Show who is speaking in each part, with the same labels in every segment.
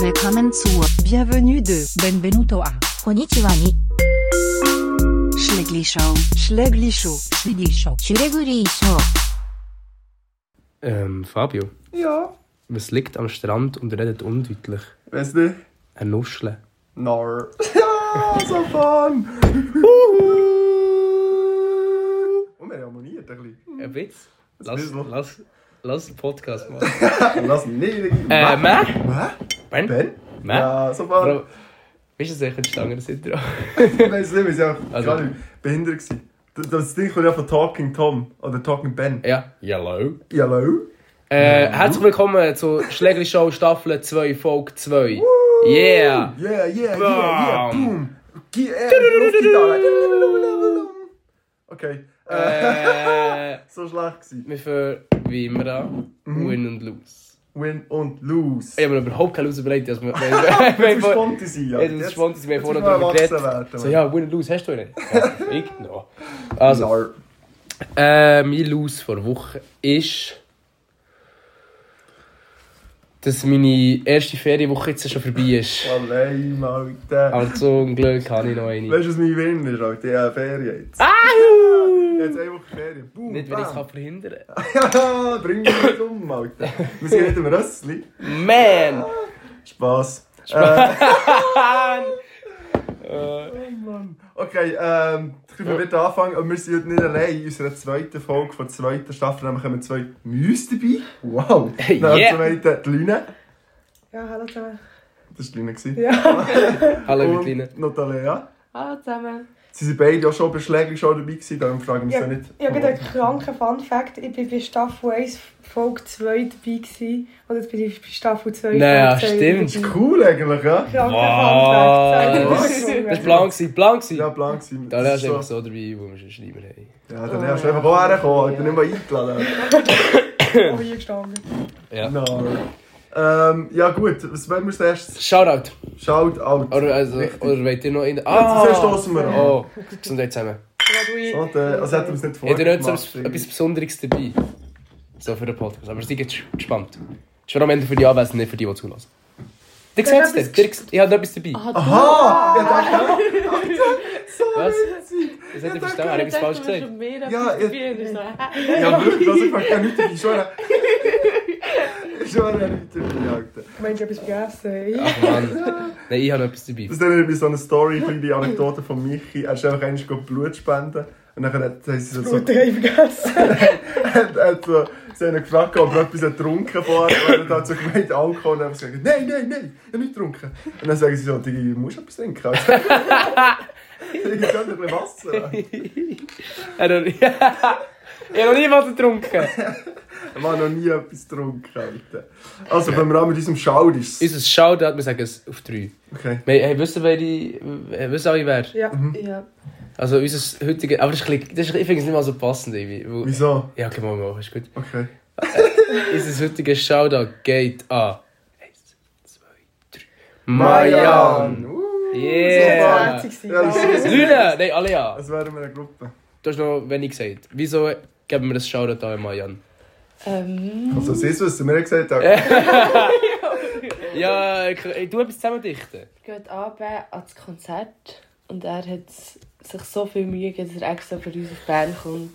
Speaker 1: Willkommen zu
Speaker 2: Bienvenue de Benvenuto à
Speaker 3: Konnichiwa ni
Speaker 1: Schlegli Show.
Speaker 2: Schlegli Show. Schlegli Show.
Speaker 3: Schüreguri Show.
Speaker 4: Ähm, Fabio,
Speaker 5: Ja,
Speaker 4: was liegt am Strand und redet undeutlich?
Speaker 5: weiß nicht.
Speaker 4: Ein Nuschle.
Speaker 5: Nar. Ja, so fun! Und wir harmoniert ein bisschen.
Speaker 4: Ein Witz? Lass,
Speaker 5: bisschen.
Speaker 4: lass, lass den Podcast machen.
Speaker 5: Lass ihn nicht.
Speaker 4: äh, Mä?
Speaker 5: Hä?
Speaker 4: Ben?
Speaker 5: Ben?
Speaker 4: Mä?
Speaker 5: Ja, so fun.
Speaker 4: Bro, weißt du, dass ich entstanden das Intro?
Speaker 5: Ich weiß nicht, wir sind einfach
Speaker 4: Also-
Speaker 5: gar nicht behindert. gewesen. Das- Das Ding kommt ja von Talking Tom oder Talking Ben.
Speaker 4: ja. Yellow.
Speaker 5: Hello?
Speaker 4: Äh, herzlich willkommen zur Schlägli Show Staffel 2, Folge 2. Yeah!
Speaker 5: Yeah, yeah, yeah, yeah,
Speaker 4: Bam.
Speaker 5: boom! Geh, äh, los, Gitarre. Okay, äh,
Speaker 4: äh,
Speaker 5: so schlecht gewesen.
Speaker 4: wir fangen wie immer an.
Speaker 5: Mhm.
Speaker 4: Win und Lose.
Speaker 5: Win und lose.
Speaker 4: Ich habe mir überhaupt keine Lose überlegt, dass wir... wir-
Speaker 5: Das ist Fantasy, ja.
Speaker 4: Ja, das ist spannend, dass wir vorhin darüber geredet haben. So,
Speaker 5: So, ja.
Speaker 4: ja, Win und Lose hast du ja nicht. Ja, ich? No. Also,
Speaker 5: Nar.
Speaker 4: äh, mein Lose vor Woche ist, dass meine erste Ferienwoche jetzt schon vorbei ist.
Speaker 5: Oh, lame, Alter.
Speaker 4: Aber zum Glück habe ich noch eine.
Speaker 5: Weißt du, was mein Win ist, Alter? Ich habe Ferien jetzt.
Speaker 4: Ahu!
Speaker 5: Jetzt eine Woche Ferien. Boom,
Speaker 4: Nicht, wenn ich es kann verhindern
Speaker 5: kann. Bring mich nicht um, Alter. Wir sind nicht im Rössli.
Speaker 4: kann. Man!
Speaker 5: Spass. Spass.
Speaker 4: Äh,
Speaker 5: Äh, Mann. okay, ähm, ich würde wieder anfangen. Und wir sind heute nicht allein. In unserer zweiten Folge von der zweiten Staffel haben wir kommen zwei Mäuse dabei. Wow. Dann
Speaker 4: Yeah.
Speaker 5: zum einen die Lüne.
Speaker 6: Ja, hallo zusammen.
Speaker 5: Das war Lüne.
Speaker 4: Hallo,
Speaker 5: Und
Speaker 4: mit Lina.
Speaker 5: Notalea.
Speaker 6: Hallo zusammen.
Speaker 5: Sie sind beide auch schon bei Schlägen schon dabei gewesen, darum fragen wir
Speaker 6: Ja,
Speaker 5: sie nicht.
Speaker 6: ich habe gerade einen kranken Fun Fact. Ich war bei Staffel 1 Folge 2 dabei. Gewesen. Und jetzt bin ich bei Staffel 2
Speaker 4: Naja,
Speaker 6: Folge zwei
Speaker 4: stimmt.
Speaker 6: dabei.
Speaker 5: Cool eigentlich, ja?
Speaker 6: Kranker
Speaker 4: Wow.
Speaker 6: Fun Fact. sorry.
Speaker 4: Das war blank, gewesen, blank. gewesen.
Speaker 5: Ja, blank gewesen.
Speaker 4: Da lernst du
Speaker 5: So-
Speaker 4: einfach so dabei, wo wir schon schreiben haben.
Speaker 5: Ja, dann hast du einfach auch hergekommen. Ich bin nicht mal eingeladen.
Speaker 6: Oh, hier gestanden.
Speaker 4: Ja.
Speaker 5: No. Ähm, Nou, ja gut, was wollen wir als erstes?
Speaker 4: Shoutout!
Speaker 5: Shout out.
Speaker 4: Oder, Oh, also, oder wollt ihr noch in.
Speaker 5: Ah, das stoßen wir an.
Speaker 4: Oh, Gesundheit zusammen.
Speaker 6: Ja, du, ich-
Speaker 5: Und, äh, also hat er uns nicht
Speaker 4: Ich habe nicht so
Speaker 5: vorgemacht.
Speaker 4: etwas etwas Besonderes dabei. So für den Podcast. Aber seid jetzt gespannt. Ist vor allem eher für die Anwesenden, nicht für die, die zulassen. Ihr seht es nicht. Ihr- Ich habe noch etwas dabei.
Speaker 6: Oh,
Speaker 5: Aha! Ja, danke.
Speaker 4: Was? Das hat ihr verstanden. Habe ich etwas falsch gesagt?
Speaker 5: Ja, ich-
Speaker 6: dus
Speaker 5: Ja, wirklich, das ist keine Leute, die schon... Schon eine Leute, die Alter.
Speaker 6: Ich meine, ich habe etwas vergessen. Ich-
Speaker 4: Ach Mann. Nein, ich habe noch etwas dabei.
Speaker 5: Das ist dann wie so eine Story, die Anekdote von Michi. Er ist einfach einmal Blut spenden. Und dann hat haben sie so...
Speaker 6: Gut, ich habe vergessen.
Speaker 5: hat, hat so, sie haben ihn gefragt, ob er etwas getrunken war. Und er hat halt so gemeint, Alkohol. Und dann haben sie gesagt, nein, nein, nein, ich habe nicht getrunken. Und dann sagen sie so, Digi, du musst etwas trinken. Also, Digi, ich habe ein bisschen Wasser.
Speaker 4: Ich habe noch- ich habe noch nie was getrunken.
Speaker 5: Ich habe noch nie etwas getrunken. Alter. Also, wenn wir an mit diesem Schaud ist es-
Speaker 4: Unser Shoutout, wir sagen es auf drei.
Speaker 5: Okay.
Speaker 4: Wir hey, wissen, wer die. äh, Wissen alle, wer.
Speaker 6: Ja,
Speaker 5: Mhm.
Speaker 6: ja.
Speaker 4: Also unser heutiger. Aber das ist ein bisschen, das ist, ich finde es nicht mal so passend. Irgendwie, weil-
Speaker 5: Wieso?
Speaker 4: Ja, okay, mal, mal, ist gut.
Speaker 5: Okay.
Speaker 4: Unser heutiger Shoutout geht an. Eins, zwei, drei.
Speaker 5: Marian!
Speaker 4: Marian!
Speaker 5: Uh,
Speaker 4: Yeah!
Speaker 6: Das war
Speaker 5: Ja, das
Speaker 6: herzig.
Speaker 5: ist-
Speaker 4: Lüne! Nein, alle ja.
Speaker 5: Das wären wir eine Gruppe.
Speaker 4: Du hast noch wenig gesagt. Wieso geben wir das Shoutout an Marian?
Speaker 5: Also, sie wissen, wir haben gesagt, okay.
Speaker 4: Ja, ich- du etwas zusammen dichten.
Speaker 7: Guten Abend ans Konzert und er hat s- sich so viel Mühe gegeben, dass er extra für uns auf die Bern kommt.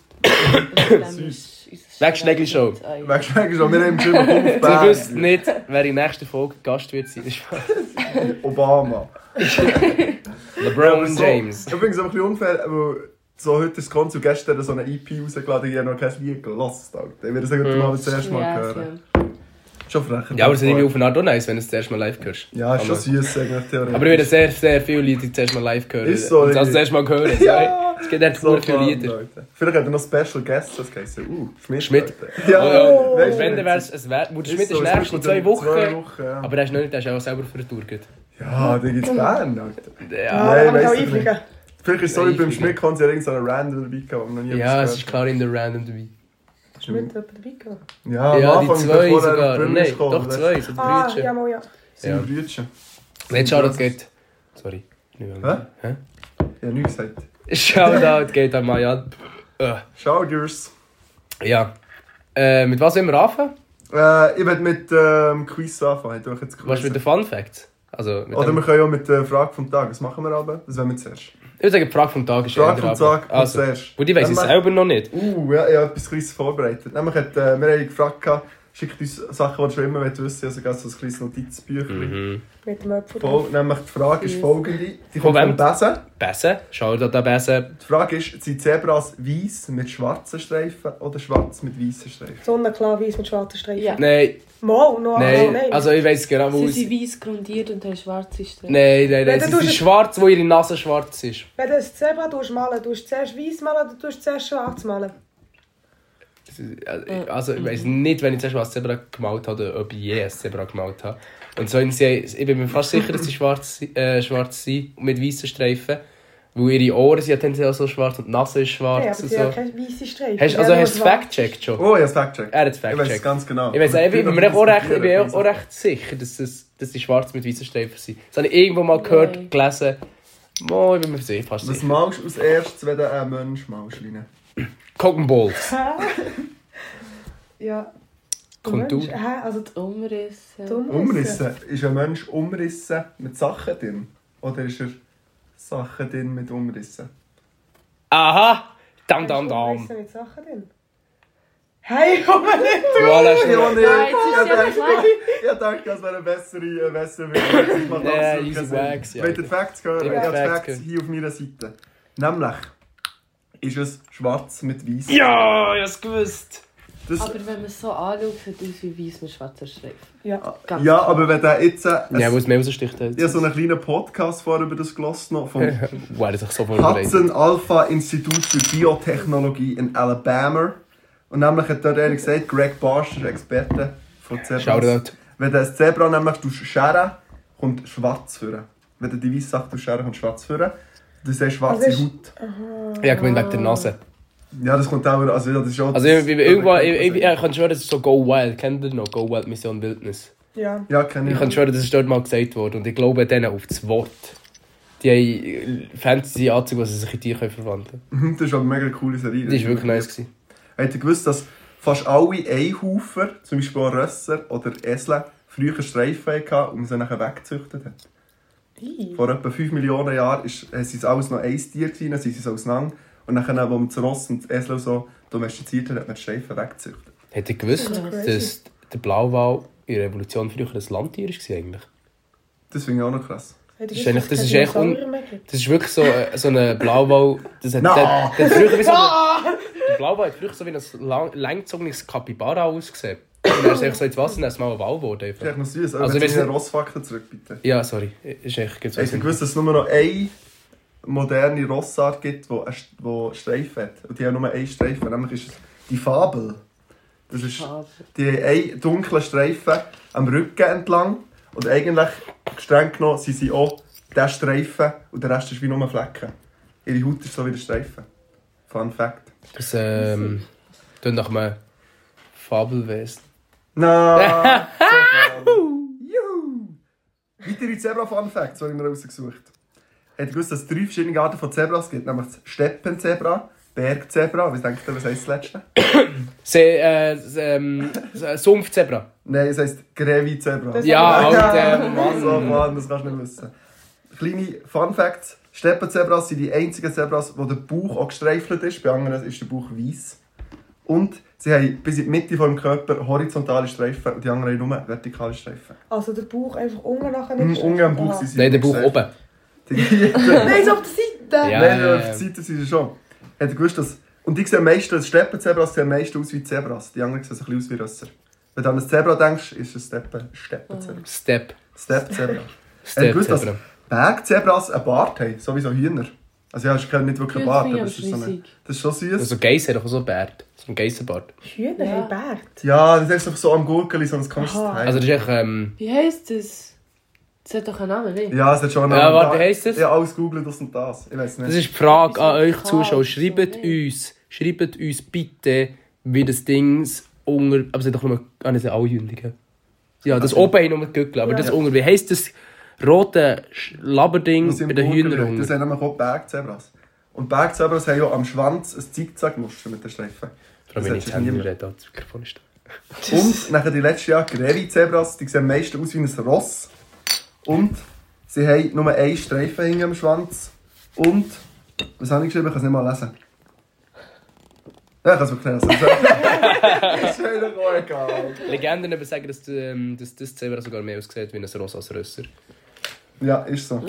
Speaker 5: Süß.
Speaker 4: Nächste Schlägli-Show.
Speaker 7: Weg.
Speaker 5: Merkst du schon, wir haben schon mal
Speaker 4: Du wisst nicht, wer in der nächsten Folge Gast wird sein. Das ist wahr.
Speaker 5: Obama.
Speaker 4: LeBron
Speaker 5: So,
Speaker 4: James.
Speaker 5: Übrigens auch ein bisschen unfair, weil so heute ist das Konzert gestern so eine EP rausgeladen, ich habe noch kein Lied gelassen. Alter. Ich würde sagen, heute
Speaker 4: Mhm.
Speaker 5: mal das erste Mal
Speaker 7: Ja,
Speaker 5: hören.
Speaker 7: ja.
Speaker 5: Schon frech.
Speaker 4: Ja, aber es ist irgendwie auf eine Art auch nice, wenn du es zuerst mal live hörst.
Speaker 5: Ja, ist schon
Speaker 4: Aber-
Speaker 5: süß, eigentlich theoretisch.
Speaker 4: Aber ich würde sehr, sehr viele Leute zuerst mal live hören.
Speaker 5: Ist so,
Speaker 4: Und das
Speaker 5: ey.
Speaker 4: zuerst mal hören.
Speaker 5: Ja.
Speaker 4: sorry. Es gibt echt
Speaker 5: so
Speaker 4: so
Speaker 5: viele
Speaker 4: viele Lieder.
Speaker 5: Leute. Vielleicht hat er noch Special Guests, das heisst, uh, Schmidt.
Speaker 4: Schmidt.
Speaker 5: Alter. Ja,
Speaker 4: Oh,
Speaker 5: weißt
Speaker 4: ja.
Speaker 5: du,
Speaker 4: Wenn, dann wär's es wär, Mutter Schmidt
Speaker 5: so,
Speaker 4: ist
Speaker 5: es
Speaker 4: nervig in
Speaker 5: kommt
Speaker 4: zwei
Speaker 5: in
Speaker 4: Wochen.
Speaker 5: Zwei Wochen, ja.
Speaker 4: Aber der ist noch nicht, der ist auch selber für die Tour geht.
Speaker 5: ja, den gibt's Bern, Alter.
Speaker 4: Ja,
Speaker 5: Nein,
Speaker 6: Ah, aber ich
Speaker 5: weiss
Speaker 6: kann
Speaker 5: ich nicht.
Speaker 6: einfliegen.
Speaker 5: Vielleicht ist es so wie beim
Speaker 4: Eifrig.
Speaker 5: Schmidt-Konzert irgendein Random dabei gehabt, noch nie
Speaker 4: ja
Speaker 5: etwas
Speaker 4: es ist klar in der Random dabei.
Speaker 6: Hast du mit jemandem dabei gegangen?
Speaker 5: Ja,
Speaker 4: ja,
Speaker 5: am
Speaker 4: die
Speaker 5: Anfang,
Speaker 4: zwei
Speaker 5: bevor er auf
Speaker 4: sogar.
Speaker 5: die Bühne
Speaker 4: Nein,
Speaker 5: ist gekommen, ne?
Speaker 4: doch
Speaker 5: weißt du,
Speaker 4: zwei, so
Speaker 6: Ah,
Speaker 4: die
Speaker 6: ja,
Speaker 4: Brütchen.
Speaker 6: mal ja.
Speaker 5: Seine
Speaker 4: Ja.
Speaker 5: Brütchen.
Speaker 4: Nicht Shoutout geht. Sorry. nicht mehr.
Speaker 5: Hä? Ja, nichts gesagt.
Speaker 4: Shoutout geht an Mayan. Äh,
Speaker 5: Schau dir's.
Speaker 4: Ja. Äh, mit was wollen wir anfangen?
Speaker 5: Äh, ich werde mit ähm, Quiz anfangen. Hätten wir jetzt
Speaker 4: Was mit den
Speaker 5: Quiz.
Speaker 4: Fun Facts? Also, mit
Speaker 5: Oder
Speaker 4: dem,
Speaker 5: wir können auch mit der Frage vom Tag. Was machen wir aber? Das wollen wir zuerst.
Speaker 4: ich würde sagen, die Frage vom Tag ist
Speaker 5: Frage
Speaker 4: eher
Speaker 5: vom
Speaker 4: aber-
Speaker 5: Tag,
Speaker 4: Also,
Speaker 5: zuerst.
Speaker 4: wo die weiß
Speaker 5: Dann
Speaker 4: ich
Speaker 5: mach-
Speaker 4: selber noch nicht.
Speaker 5: Uh, ja, ich habe etwas Kleines vorbereitet. Nämlich hat, äh, wir haben gefragt, gehabt, schickt uns Sachen, die ihr schon immer wollt wissen also ganz so ein kleines Notizbüchlein.
Speaker 4: Mhm.
Speaker 6: Mit dem Apfel.
Speaker 5: Voll, nämlich die Frage ist
Speaker 7: Süß.
Speaker 5: folgende. Die
Speaker 4: Von
Speaker 5: kommt
Speaker 4: wem?
Speaker 5: vom Besen.
Speaker 4: Besen, schau dir da Besen.
Speaker 5: Die Frage ist, sind Zebras weiß mit schwarzen Streifen oder schwarz mit weißen Streifen?
Speaker 6: Sonnenklar weiß mit schwarzen Streifen.
Speaker 7: Ja.
Speaker 4: Nein,
Speaker 6: Mal, noch
Speaker 4: nein,
Speaker 6: einmal,
Speaker 4: also ich weiß genau, wo
Speaker 7: Sie
Speaker 4: es...
Speaker 7: sind weiß grundiert und haben schwarze Streifen.
Speaker 4: Nein, nein, nein,
Speaker 6: Nein, dann
Speaker 4: sie
Speaker 6: tust
Speaker 4: sind
Speaker 6: du-
Speaker 4: schwarz, wo ihre Nase schwarz ist.
Speaker 6: Wenn du ein Zebra tust, malen, tust du zuerst weiß malen oder tust du zuerst schwarz malen?
Speaker 4: Also
Speaker 6: Mhm.
Speaker 4: ich weiß nicht, wenn ich zuerst mal ein Zebra gemalt habe oder ob ich je ein Zebra gemalt habe. Und so, sie, ich bin mir fast sicher, dass sie schwarz, äh, schwarz sind, mit weißen Streifen. Weil ihre Ohren sind ja tendenziell so schwarz und die Nase ist
Speaker 6: Nein,
Speaker 4: schwarz.
Speaker 6: aber
Speaker 4: und
Speaker 6: sie haben
Speaker 4: so.
Speaker 6: keine weiße Streifen.
Speaker 4: hast,
Speaker 6: Sie
Speaker 4: also
Speaker 6: haben
Speaker 4: hast du
Speaker 6: nur
Speaker 4: es
Speaker 6: schwarz.
Speaker 4: fact-checkt schon?
Speaker 5: Oh, ich habe es fact-checkt.
Speaker 4: Er hat es
Speaker 5: Ich weiß es
Speaker 4: fact-checkt.
Speaker 5: ganz genau.
Speaker 4: Ich, weiss, auch, ich, bin mir auch recht, ich bin auch, auch
Speaker 5: recht.
Speaker 4: recht sicher, dass, das, dass sie schwarz mit weißen Streifen sind. Das habe ich irgendwo mal gehört,
Speaker 7: Nein.
Speaker 4: gelesen. Mo, ich bin mir sicher, fast
Speaker 5: Was
Speaker 4: sicher.
Speaker 5: malst du als erstes, wenn du einen Mensch malst? Lina?
Speaker 4: Cotton Balls.
Speaker 6: Ja.
Speaker 4: Kommt
Speaker 6: Mensch,
Speaker 4: du.
Speaker 6: Hä? Also die die
Speaker 7: Umrisse.
Speaker 6: Umrisse.
Speaker 5: Umrissen. Ist ein Mensch umrissen mit Sachen drin? Oder ist er Sachen drin mit Umrissen?
Speaker 4: Aha! Dam, dam, dam.
Speaker 6: Umrisse mit Sachen drin. Hey, komm mal nicht!
Speaker 4: Voilà, schon.
Speaker 5: Ja, nee.
Speaker 7: Nein, jetzt ist
Speaker 5: Ich dachte,
Speaker 7: ja klar.
Speaker 5: ich dachte, das wäre eine bessere, eine bessere Möglichkeit. Ich mache
Speaker 4: Nee,
Speaker 5: absolut
Speaker 4: easy
Speaker 5: keinen Sinn.
Speaker 4: wax, ja.
Speaker 5: Wollt ihr die Facts hören?
Speaker 4: Ich
Speaker 5: Ich
Speaker 4: will
Speaker 5: habe die
Speaker 4: Facts
Speaker 5: Facts
Speaker 4: hören.
Speaker 5: hier auf meiner Seite. Nämlich ist es schwarz mit weiß.
Speaker 4: Ja, ich hab's gewusst.
Speaker 5: Das,
Speaker 7: Aber wenn man es so anschaut, sieht es aus wie weiß mit schwarzer Streifen.
Speaker 6: Ja.
Speaker 7: Ganz
Speaker 5: ja, aber wenn der jetzt... Äh,
Speaker 4: Ja, wo
Speaker 5: es,
Speaker 4: es mehr raussticht hat.
Speaker 5: ich habe so einen kleinen Podcast vor über das Gloss noch vom
Speaker 4: Wow, das ist so vorbereitet.
Speaker 5: Hudson Alpha Institut für Biotechnologie in Alabama. Und nämlich hat dort einer gesagt, Greg Barsch ist Experte von Zebras.
Speaker 4: Shoutout.
Speaker 5: Wenn du ein Zebra nämlich tust scheren kommt schwarz führen. Wenn du die weiße Sache tust scheren kommt schwarz führen. Du siehst schwarze
Speaker 6: Also ist-
Speaker 5: Haut.
Speaker 4: Ja, ich meine wegen der Nase.
Speaker 5: Ja, das kommt auch. Also, ja, das ist auch
Speaker 4: Also ich, ich, irgendwo, ich, ich, ich kann schwören, das ist so Go Wild. Kennt ihr noch? Go Wild Mission Wildnis.
Speaker 6: Ja.
Speaker 5: ja, kenne
Speaker 4: Ich kann
Speaker 5: ich.
Speaker 4: schwören, das ist dort mal gesagt worden. Und ich glaube denen auf das Wort. Die haben Fantasy-Anzüge, die sie sich in Tiere verwandeln können.
Speaker 5: Das ist aber eine mega coole Serie.
Speaker 4: Das war wirklich nice. Gewesen.
Speaker 5: Habt ihr gewusst, dass fast alle Einhaufer, zum Beispiel auch Rösser oder Esel, früher Streifen hatten und man sie nachher weggezüchtet hat?
Speaker 6: Hi.
Speaker 5: Vor etwa 5 Millionen Jahren ist, äh, sind es alles noch ein Tier, gewesen, dann sind sie es auseinander. Und dann, als man das Ross und das Esel und so domestiziert hat, hat man die Streifen weggezüchtet.
Speaker 4: Hätte ihr gewusst, dass der Blauwal in der Revolution früher ein Landtier war eigentlich?
Speaker 5: Das finde ich auch noch krass.
Speaker 4: Das ist eigentlich- das ist echt un- Das ist wirklich so, äh, so ein Blauwal. Das hat,
Speaker 5: Nein.
Speaker 4: der, der hat früher wie so ein,
Speaker 5: Ah!
Speaker 4: der Blauwal hat früher so wie ein lang, langgezogenes Kapibara ausgesehen. Und er ist echt so ins Wasser und dann ist mal ein Wal geworden.
Speaker 5: Das ist
Speaker 4: einfach.
Speaker 5: echt noch süß. Aber
Speaker 4: Also,
Speaker 5: also,
Speaker 4: wenn
Speaker 5: jetzt
Speaker 4: sie-
Speaker 5: den Rossfaktor zurück, bitte.
Speaker 4: Ja, sorry. Ist echt geht's
Speaker 5: Hast du
Speaker 4: weiter.
Speaker 5: gewusst, dass es nur noch eine moderne Rossart gibt, die einen St- die Streifen hat? Und die haben nur einen Streifen, nämlich ist es die Fabel. Das ist,
Speaker 7: Fabel.
Speaker 5: die haben einen dunklen Streifen am Rücken entlang. Und eigentlich, streng genommen, sind sie auch der Streifen und der Rest ist wie nur Flecken. Ihre Haut ist so wie der Streifen. Fun Fact.
Speaker 4: Das ähm, tut nach einem Fabelwesen.
Speaker 5: Na! so Juhu! Weitere Zebra-Fun Facts, die ich mir rausgesucht habe. Hat ihr gewusst, dass es drei verschiedene Arten von Zebras gibt? Nämlich das Steppenzebra, Bergzebra, was denkt ihr, was heisst das letzte?
Speaker 4: Se, äh, se, ähm, se- Sumpfzebra.
Speaker 5: Nein, es heisst Grevi-Zebra.
Speaker 6: Das-
Speaker 4: Ja, alter
Speaker 5: So,
Speaker 4: Mann.
Speaker 5: Mann, das kannst du nicht wissen. Kleine Fun Facts. Steppenzebras sind die einzigen Zebras, wo der Bauch auch gestreifelt ist. Bei anderen ist der Bauch weiß. Und sie haben bis in die Mitte vom Körper horizontale Streifen und die anderen haben nur vertikale Streifen.
Speaker 6: Also der Bauch einfach unten nachher
Speaker 5: Im
Speaker 6: nicht.
Speaker 5: Ungarn Bauch
Speaker 6: Aha.
Speaker 5: sind sie
Speaker 4: Nein, der Bauch
Speaker 5: gestreift.
Speaker 4: oben.
Speaker 5: Nein,
Speaker 6: Nein, so auf der Seite!
Speaker 4: Ja,
Speaker 5: Nein,
Speaker 4: ja,
Speaker 5: auf
Speaker 4: ja.
Speaker 5: der Seite sind sie schon. Hat er gewusst, dass... Und ich sehe am meisten, die Steppenzebras sehen am meisten aus wie Zebras. Die anderen sehen ein bisschen aus wie Rösser. Wenn du an ein Zebra denkst, ist es ein Steppe,
Speaker 7: Mhm.
Speaker 5: Steppenzebra.
Speaker 4: Step.
Speaker 5: Steppzebra. Hat er
Speaker 4: Step.
Speaker 5: gewusst, dass
Speaker 4: Zebra.
Speaker 5: Bergzebras einen Bart haben? Sowieso Hühner. Also ja, ich kenne nicht wirklich einen
Speaker 7: Ja, das
Speaker 5: Bart,
Speaker 7: finde
Speaker 5: aber das
Speaker 7: ich
Speaker 5: ist so
Speaker 7: am
Speaker 5: eine,
Speaker 7: schliessig.
Speaker 5: Das ist schon süß.
Speaker 4: Also Geiss hat doch auch so einen Bart. So ein Geissenbart.
Speaker 6: Hühner
Speaker 7: Ja.
Speaker 6: im Bart.
Speaker 5: Ja, das ist einfach so am Gurgeli, sonst kommst du
Speaker 6: Aha.
Speaker 4: Also das ist echt... Ähm,
Speaker 7: Wie heisst das? Das hat doch einen Namen, nicht?
Speaker 5: Ja, es hat schon einen
Speaker 4: Ja,
Speaker 5: Namen.
Speaker 4: warte, wie heisst das?
Speaker 5: Ja, alles googeln, das und das. Ich weiß
Speaker 4: das
Speaker 5: nicht.
Speaker 4: ist die Frage an euch
Speaker 7: Wieso
Speaker 4: Zuschauer.
Speaker 7: Karl?
Speaker 4: Schreibt
Speaker 7: Wieso
Speaker 4: uns, schreibt uns bitte, wie das Ding unter... Aber es sind doch nur... Ah, das sind alle Jündigen. Ja,
Speaker 5: Also-
Speaker 4: das oben haben nur die Gückel, aber das unter... Wie heisst das rote Sch- Laberding
Speaker 5: Das sind
Speaker 4: bei den
Speaker 5: Gurgeli.
Speaker 4: Hühnern unten?
Speaker 5: Das sind nämlich auch Bergzebras. Und Bergzebras haben ja am Schwanz ein Zickzackmuster mit den
Speaker 4: Vor
Speaker 5: Streifen.
Speaker 4: allem, wenn ich
Speaker 5: Das
Speaker 4: das
Speaker 5: hat sich
Speaker 4: Handy
Speaker 5: niemand-
Speaker 4: rede, das Mikrofon ist da.
Speaker 5: Und nachher die letzten Jahre Greri Zebras, die sehen am meisten aus wie ein Ross. Und sie haben nur einen Streifen hinten am Schwanz. Und, was habe ich geschrieben? Ich kann es nicht mal lesen. Ja, ich kann es wirklich nicht lesen. Das ist mir doch egal.
Speaker 4: Legenden eben sagen, dass, ähm, dass das Zebra sogar mehr aussieht wie ein Ross als Rösser.
Speaker 5: Ja, ist so.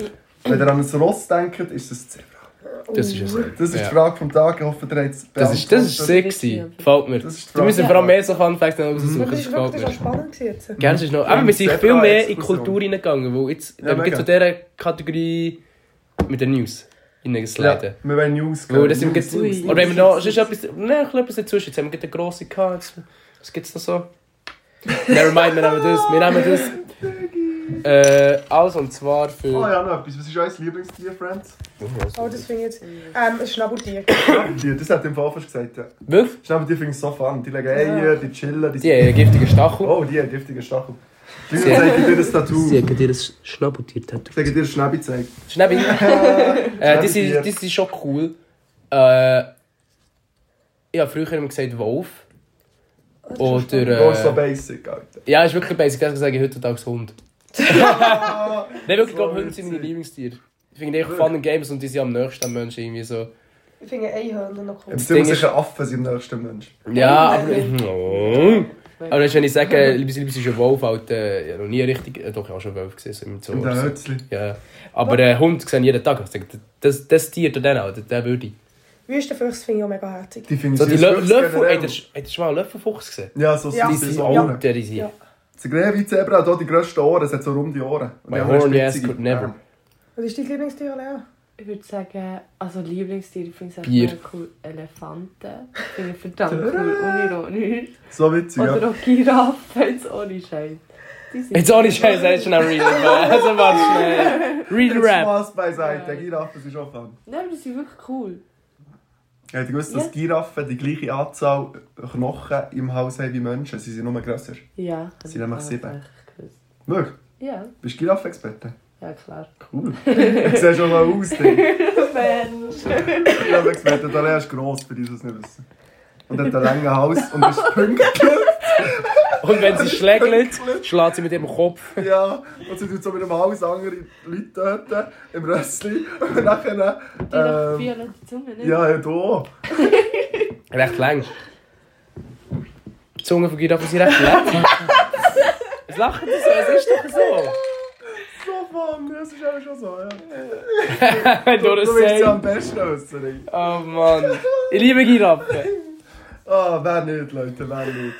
Speaker 5: Wenn ihr an ein Ross denkt, ist es ein Zebra.
Speaker 4: Das ist es.
Speaker 5: Das ist
Speaker 4: Ja.
Speaker 5: die Frage vom Tag. Ich hoffe, ihr habt es
Speaker 4: Das ist, das ist sehr gewesen. Gefällt mir.
Speaker 5: Das ist die
Speaker 4: Wir müssen
Speaker 5: Frage. Mhm.
Speaker 4: vor allem mehr so Fun Facts raussuchen.
Speaker 6: Aber das
Speaker 4: Das
Speaker 6: ist wirklich
Speaker 4: gefällt
Speaker 6: das ist auch
Speaker 4: mir.
Speaker 6: spannend gewesen jetzt.
Speaker 4: Gell, das ist noch, aber wir sind
Speaker 5: Sehr
Speaker 4: viel
Speaker 5: klar,
Speaker 4: mehr in die
Speaker 5: Diskussion.
Speaker 4: Kultur reingegangen, weil jetzt
Speaker 5: Ja,
Speaker 4: ja, gibt
Speaker 5: mega.
Speaker 4: zu dieser Kategorie mit den News
Speaker 5: Ja,
Speaker 4: hineingesliden.
Speaker 5: wir wollen News
Speaker 4: Ja. Weil das sind wir
Speaker 5: News,
Speaker 4: jetzt,
Speaker 5: News,
Speaker 4: oder wenn wir
Speaker 5: News,
Speaker 4: noch,
Speaker 5: News.
Speaker 4: sonst etwas, nein, ich etwas dazwischen, jetzt haben wir gerade eine grosse gehabt, jetzt, was gibt's noch so? Never mind, wir nehmen das, wir nehmen das. Äh, also und zwar für...
Speaker 5: Oh ja, noch etwas. Was ist euer Lieblingstier, Friends?
Speaker 6: Oh, das finde ich jetzt. Ähm, ein Schnabeltier.
Speaker 5: Schnabeltier, das hat im Vorfeld gesagt. Ja.
Speaker 4: Wirklich?
Speaker 5: Schnabeltier finde ich so fun. Die legen Eier, die chillen, die
Speaker 4: Die haben einen giftigen Stachel.
Speaker 5: Oh, die haben giftige Stachel. Die
Speaker 4: Sie-
Speaker 5: zeigen dir das Tattoo.
Speaker 4: haben dir ein Schnabeltier-Tattoo.
Speaker 5: Zeigen dir das Schnäbi zeigt.
Speaker 4: Schnäbi. äh, die,
Speaker 5: Schnäbitier.
Speaker 4: sind, die sind schon cool. Äh, ich habe früher immer gesagt Wolf.
Speaker 5: Oh, ist so
Speaker 4: Oder... Äh,
Speaker 5: basic, Alter.
Speaker 4: ja, ist wirklich basic. Ich sage heutzutage Hund. Nein, wirklich, ich glaube, Hunde sind meine
Speaker 5: witzig.
Speaker 4: Lieblingstiere. Ich finde echt Fun and Games und die sind am nächsten am Menschen irgendwie so.
Speaker 6: Ich finde Einhörner noch cool.
Speaker 5: Jetzt
Speaker 4: Ding
Speaker 5: sind wir
Speaker 4: ist-
Speaker 5: sicher Affen sind am nächsten Mensch.
Speaker 4: Ja, aber... Oh. Aber weißt du, wenn ich sage, äh, liebes Liebes ist ein Wolf, halt, äh, ja, noch nie richtig... Äh, doch, ich habe schon Wolf gesehen, so im Zoo.
Speaker 5: Und
Speaker 4: oder
Speaker 5: ein
Speaker 4: so.
Speaker 5: Hölzli.
Speaker 4: Ja, eh, aber den Hund sehe ich jeden Tag. Ich sage, das, das Tier da dann auch, den- den würde ich.
Speaker 6: Wüstenfüchse finde ich auch mega herzig.
Speaker 5: Die finde ich
Speaker 4: So die
Speaker 5: süß,
Speaker 4: Lö
Speaker 5: wirklich
Speaker 4: Löffel,
Speaker 5: generell.
Speaker 4: ey, das hast du mal einen Löffelfuchs gesehen?
Speaker 5: Ja, so
Speaker 6: Ja.
Speaker 4: Die
Speaker 5: süß.
Speaker 4: sind
Speaker 5: so
Speaker 4: ja.
Speaker 5: Ohren.
Speaker 4: alter, die sind.
Speaker 6: Ja.
Speaker 5: Das Gräbi-Zebra hat auch die grössten Ohren. Es hat so runde Ohren. Und die
Speaker 4: My
Speaker 5: haben eine
Speaker 4: horny ass
Speaker 5: spitzige-
Speaker 4: could never.
Speaker 6: Was ist dein Lieblingstier, Lea?
Speaker 7: Ich würde sagen, also Lieblingstier, ich finde es
Speaker 4: Bier.
Speaker 7: einfach cool. Elefanten. Finde ich verdammt cool, unironisch.
Speaker 5: Ja. So witzig, ja.
Speaker 7: Oder auch Giraffen, jetzt ohne Scheiß. Die sind
Speaker 4: Jetzt ohne Scheiß, das ist schon ein Real Rap. Also warte schnell. Real Rap.
Speaker 5: Spaß beiseite. Giraffen sind schon fun.
Speaker 7: Nein, die sind wirklich cool.
Speaker 5: Ja, du gewusst, dass Giraffen die gleiche Anzahl Knochen im Haus haben wie Menschen. Sie sind nur grösser.
Speaker 7: Ja.
Speaker 5: Sie sind einfach sieben.
Speaker 7: sieben.
Speaker 5: Wirklich?
Speaker 7: Ja,
Speaker 5: Bist du Giraffenexperte?
Speaker 7: ja klar.
Speaker 5: Cool. Ich sehe schon mal aus. Ding. Giraffenexperte, der Lea ist gross, für die, die es nicht wissen. Und hat einen langen Hals und ist pünktlich.
Speaker 4: Und wenn sie schlägt, schlägt sie mit ihrem Kopf.
Speaker 5: Ja, und sie tut so mit dem Hals andere Leute töten im Rössli. Und nachher...
Speaker 7: Die ne? ähm, haben
Speaker 5: Ähm,
Speaker 7: violette Zunge, nicht?
Speaker 5: ja, ja, da.
Speaker 4: Recht lang. Die Zunge von Giraffen sind recht lang. Was lachen die so? Es ist doch so.
Speaker 5: So fun, das ist auch schon so, ja.
Speaker 4: Wenn du
Speaker 5: Du
Speaker 4: das
Speaker 5: willst ja am
Speaker 4: sagst.
Speaker 5: besten wissen. Ding.
Speaker 4: Oh Mann. Ich liebe Giraffen.
Speaker 5: Ah, wer nicht, Leute, wer nicht.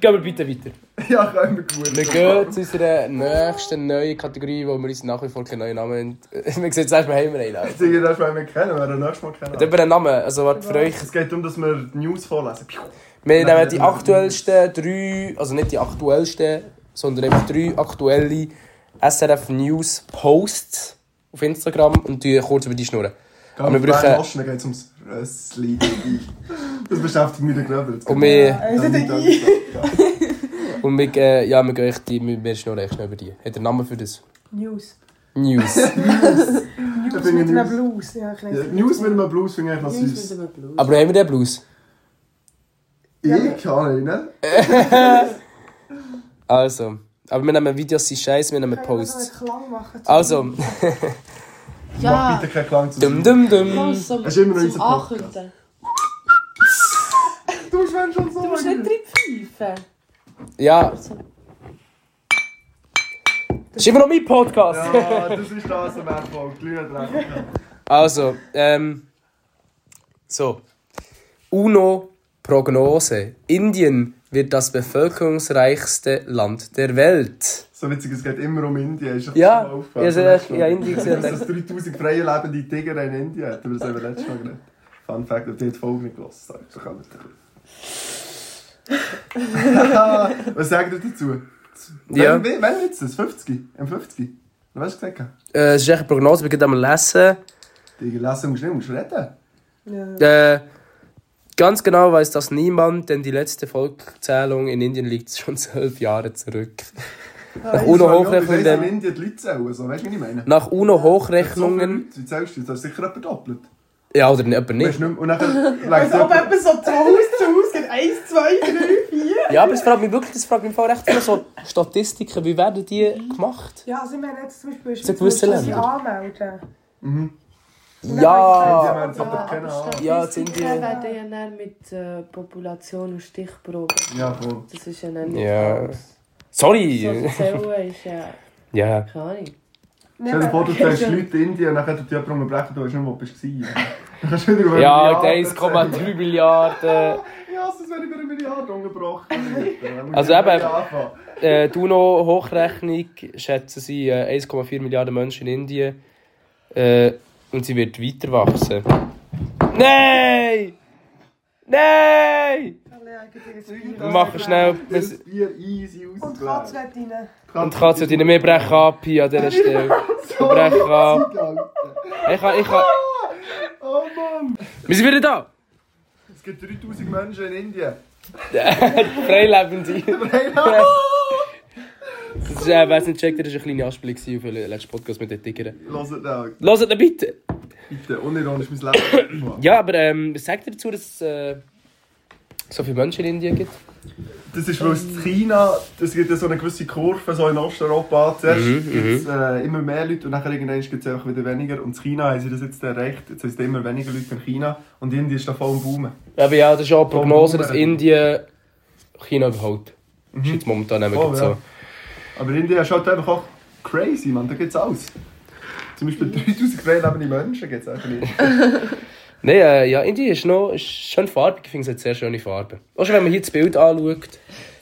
Speaker 4: Gehen wir bitte weiter.
Speaker 5: Ja, können wir gut.
Speaker 4: Wir gehen zu unserer nächsten neuen Kategorie, wo wir uns nach wie vor keinen neuen Namen haben. Man sieht zuerst, wir haben einen Namen.
Speaker 5: Dinge darf man nicht kennen, wir werden nächstes Mal kennen.
Speaker 4: Hat jemand einen Namen? Also, warte, für euch.
Speaker 5: Es geht darum, dass wir die News vorlesen. Piu.
Speaker 4: Wir
Speaker 5: Nein,
Speaker 4: nehmen die
Speaker 5: nein, nein.
Speaker 4: aktuellsten drei, also nicht die aktuellsten, sondern eben drei aktuelle SRF News Posts auf Instagram und die kurz über die schnurren.
Speaker 5: Gehen
Speaker 4: wir
Speaker 5: wir
Speaker 4: brauchen-
Speaker 5: brauchen... Dann geht es ums Rössli. Das beschäftigt mich den Gröbel.
Speaker 4: Und wir,
Speaker 5: Ja, nicht alles. um Ja.
Speaker 4: und wir, äh, ja, wir gehen echt, die, wir wir schnurren echt schnell über die. Hat er einen Namen für das?
Speaker 6: News.
Speaker 4: News.
Speaker 5: Ich
Speaker 6: News
Speaker 5: finde
Speaker 6: mit einem
Speaker 5: News-
Speaker 6: Blues. Ja, ich
Speaker 5: Ja,
Speaker 6: weiß.
Speaker 5: News mit einem Blues finde ich eigentlich noch
Speaker 7: Süß.
Speaker 5: süß.
Speaker 4: Aber haben wir den Blues?
Speaker 5: Ich kann ihn, ne?
Speaker 4: Also. Aber wir nehmen Videos, sind scheiße, wir nehmen
Speaker 6: Kann ich noch so einen
Speaker 4: Posts.
Speaker 6: Klang machen?
Speaker 4: Also.
Speaker 5: Mach
Speaker 7: Ja,
Speaker 5: bitte keinen Klang zu
Speaker 4: Dum
Speaker 5: sein.
Speaker 4: dum dum.
Speaker 7: los, zum,
Speaker 5: Das ist immer noch
Speaker 7: zum
Speaker 5: unser Podcast.
Speaker 7: Ankündigen.
Speaker 5: Du bist wenn schon so
Speaker 7: Du musst nicht
Speaker 5: lange.
Speaker 7: drin pfeifen.
Speaker 4: Ja. Das ist immer noch mein Podcast.
Speaker 5: Ja, Ah, das ist das, ein Erfolg. Glühen dran.
Speaker 4: Also, ähm. So. UNO-Prognose. Indien wird das bevölkerungsreichste Land der Welt.
Speaker 5: So witzig, es geht immer um Indien. Ist
Speaker 4: Ja,
Speaker 5: ja,
Speaker 4: ja, sehr- ja, Indien gesehen.
Speaker 5: Dass es 3000 freie lebende Tiger in Indien hat. Über das haben wir letztes Mal geredet. Fun Fact, ob die die Folge nicht gehört haben. So kann man das. Was sagt ihr dazu?
Speaker 4: Ja.
Speaker 5: Wann, wann wann jetzt das? 50? Im 50? Was hast du gesagt?
Speaker 4: Äh, es ist echt eine Prognose, wir gehen am Lesen.
Speaker 5: Digga, lassen musst du nicht, musst du reden.
Speaker 4: Äh, ganz genau weiß das niemand, denn die letzte Volkszählung in Indien liegt schon zwölf Jahre zurück. Nach
Speaker 5: Ah, Ich weiss, in
Speaker 4: UNO-Hochrechnungen.
Speaker 5: Indien die Leute zählen. So, weißt du, wie ich meine?
Speaker 4: Nach
Speaker 5: So viele
Speaker 4: UNO-Hochrechnungen.
Speaker 5: Leute, Wie zählst du das? Das ist sicher etwa doppelt.
Speaker 4: Ja, oder jemand
Speaker 5: Weißt
Speaker 4: nicht.
Speaker 5: du nicht mehr. Und dann legt
Speaker 6: Also ob
Speaker 5: jemand...
Speaker 6: jemand so zu Haus zu Haus geht, eins, zwei, drei, vier.
Speaker 4: Ja, aber es fragt mich wirklich, das fragt mich im Fall recht viel so Statistiken, wie werden die gemacht?
Speaker 6: Ja, also ich meine jetzt zum Beispiel,
Speaker 4: Zu gewissen
Speaker 6: musst du sie
Speaker 4: Ländern.
Speaker 6: anmelden.
Speaker 5: Ja,
Speaker 4: Ja!
Speaker 5: man Ah, hat aber keine Ahnung.
Speaker 4: Ja,
Speaker 7: Ja, Statistiken
Speaker 4: die- eh,
Speaker 7: werden ja dann mit äh, Population und Stichproben.
Speaker 5: Ja, voll.
Speaker 7: Das ist ja dann nicht
Speaker 4: Ja.
Speaker 7: alles. So
Speaker 4: Sorry!
Speaker 7: erzählen ist ja
Speaker 4: Ja.
Speaker 7: keine Ahnung.
Speaker 5: Stell dir vor, du zeigst Leute in Indien, dann tut jemand unterbrechen, du weißt nicht, wo du warst. Dann kannst du wieder über
Speaker 4: Ja,
Speaker 5: Milliarden
Speaker 4: 1,3 Milliarden.
Speaker 5: sagen. Ja, sonst wäre ich über eine Milliarde unterbrochen. Dann muss
Speaker 4: Also
Speaker 5: ich
Speaker 4: eben-
Speaker 5: wieder anfangen.
Speaker 4: Äh, Duno Hochrechnung schätzen sie äh, 1,4 Milliarden Menschen in Indien. Äh, und sie wird weiter wachsen. Nein! Nein! Wir machen schnell.
Speaker 5: Das Bier easy
Speaker 6: Und Katz
Speaker 5: ausgelegt.
Speaker 6: wird rein.
Speaker 4: Und die Katze die nicht mehr brechen ab hier an dieser Stelle.
Speaker 5: So
Speaker 4: brechen ab.
Speaker 5: ausgegangen.
Speaker 4: Ich kann, ich kann.
Speaker 5: Oh Mann!
Speaker 4: Wir sind wieder da!
Speaker 5: Es gibt 3000 Menschen in Indien.
Speaker 4: Freilebende!
Speaker 5: Nein,
Speaker 4: Das ist, äh, wer es nicht checkt, das war eine kleine Anspielung auf den letzten Podcast mit den Tigern.
Speaker 5: Lass es auch.
Speaker 4: Hört ihn bitte!
Speaker 5: Bitte, unironisch mein Leben.
Speaker 4: Ja, aber ähm, was sagt ihr dazu, dass es äh, so viele Menschen in Indien gibt?
Speaker 5: Das ist, weil es in China, es gibt ja so eine gewisse Kurve so in Osteuropa an. zuerst. gibt's, äh, immer mehr Leute und dann irgendwann gibt es einfach wieder weniger. Und in China haben sie das jetzt erreicht. Jetzt sind es immer weniger Leute in China. Und Indien ist da voll im Boomen.
Speaker 4: Aber ja, das ist auch eine Prognose, dass
Speaker 5: Bomben.
Speaker 4: Indien China überholt. Das ist jetzt momentan eben
Speaker 5: Oh,
Speaker 4: gerade
Speaker 5: ja.
Speaker 4: so.
Speaker 5: Aber Indien ist halt einfach auch crazy, man. Da gibt es alles. Zum Beispiel 3000 frei lebende Menschen gibt es einfach nicht.
Speaker 4: Nein, äh, ja, Indien ist noch ist schön farbig. Ich finde es hat sehr schöne Farben. Auch schon, wenn man hier das Bild anschaut,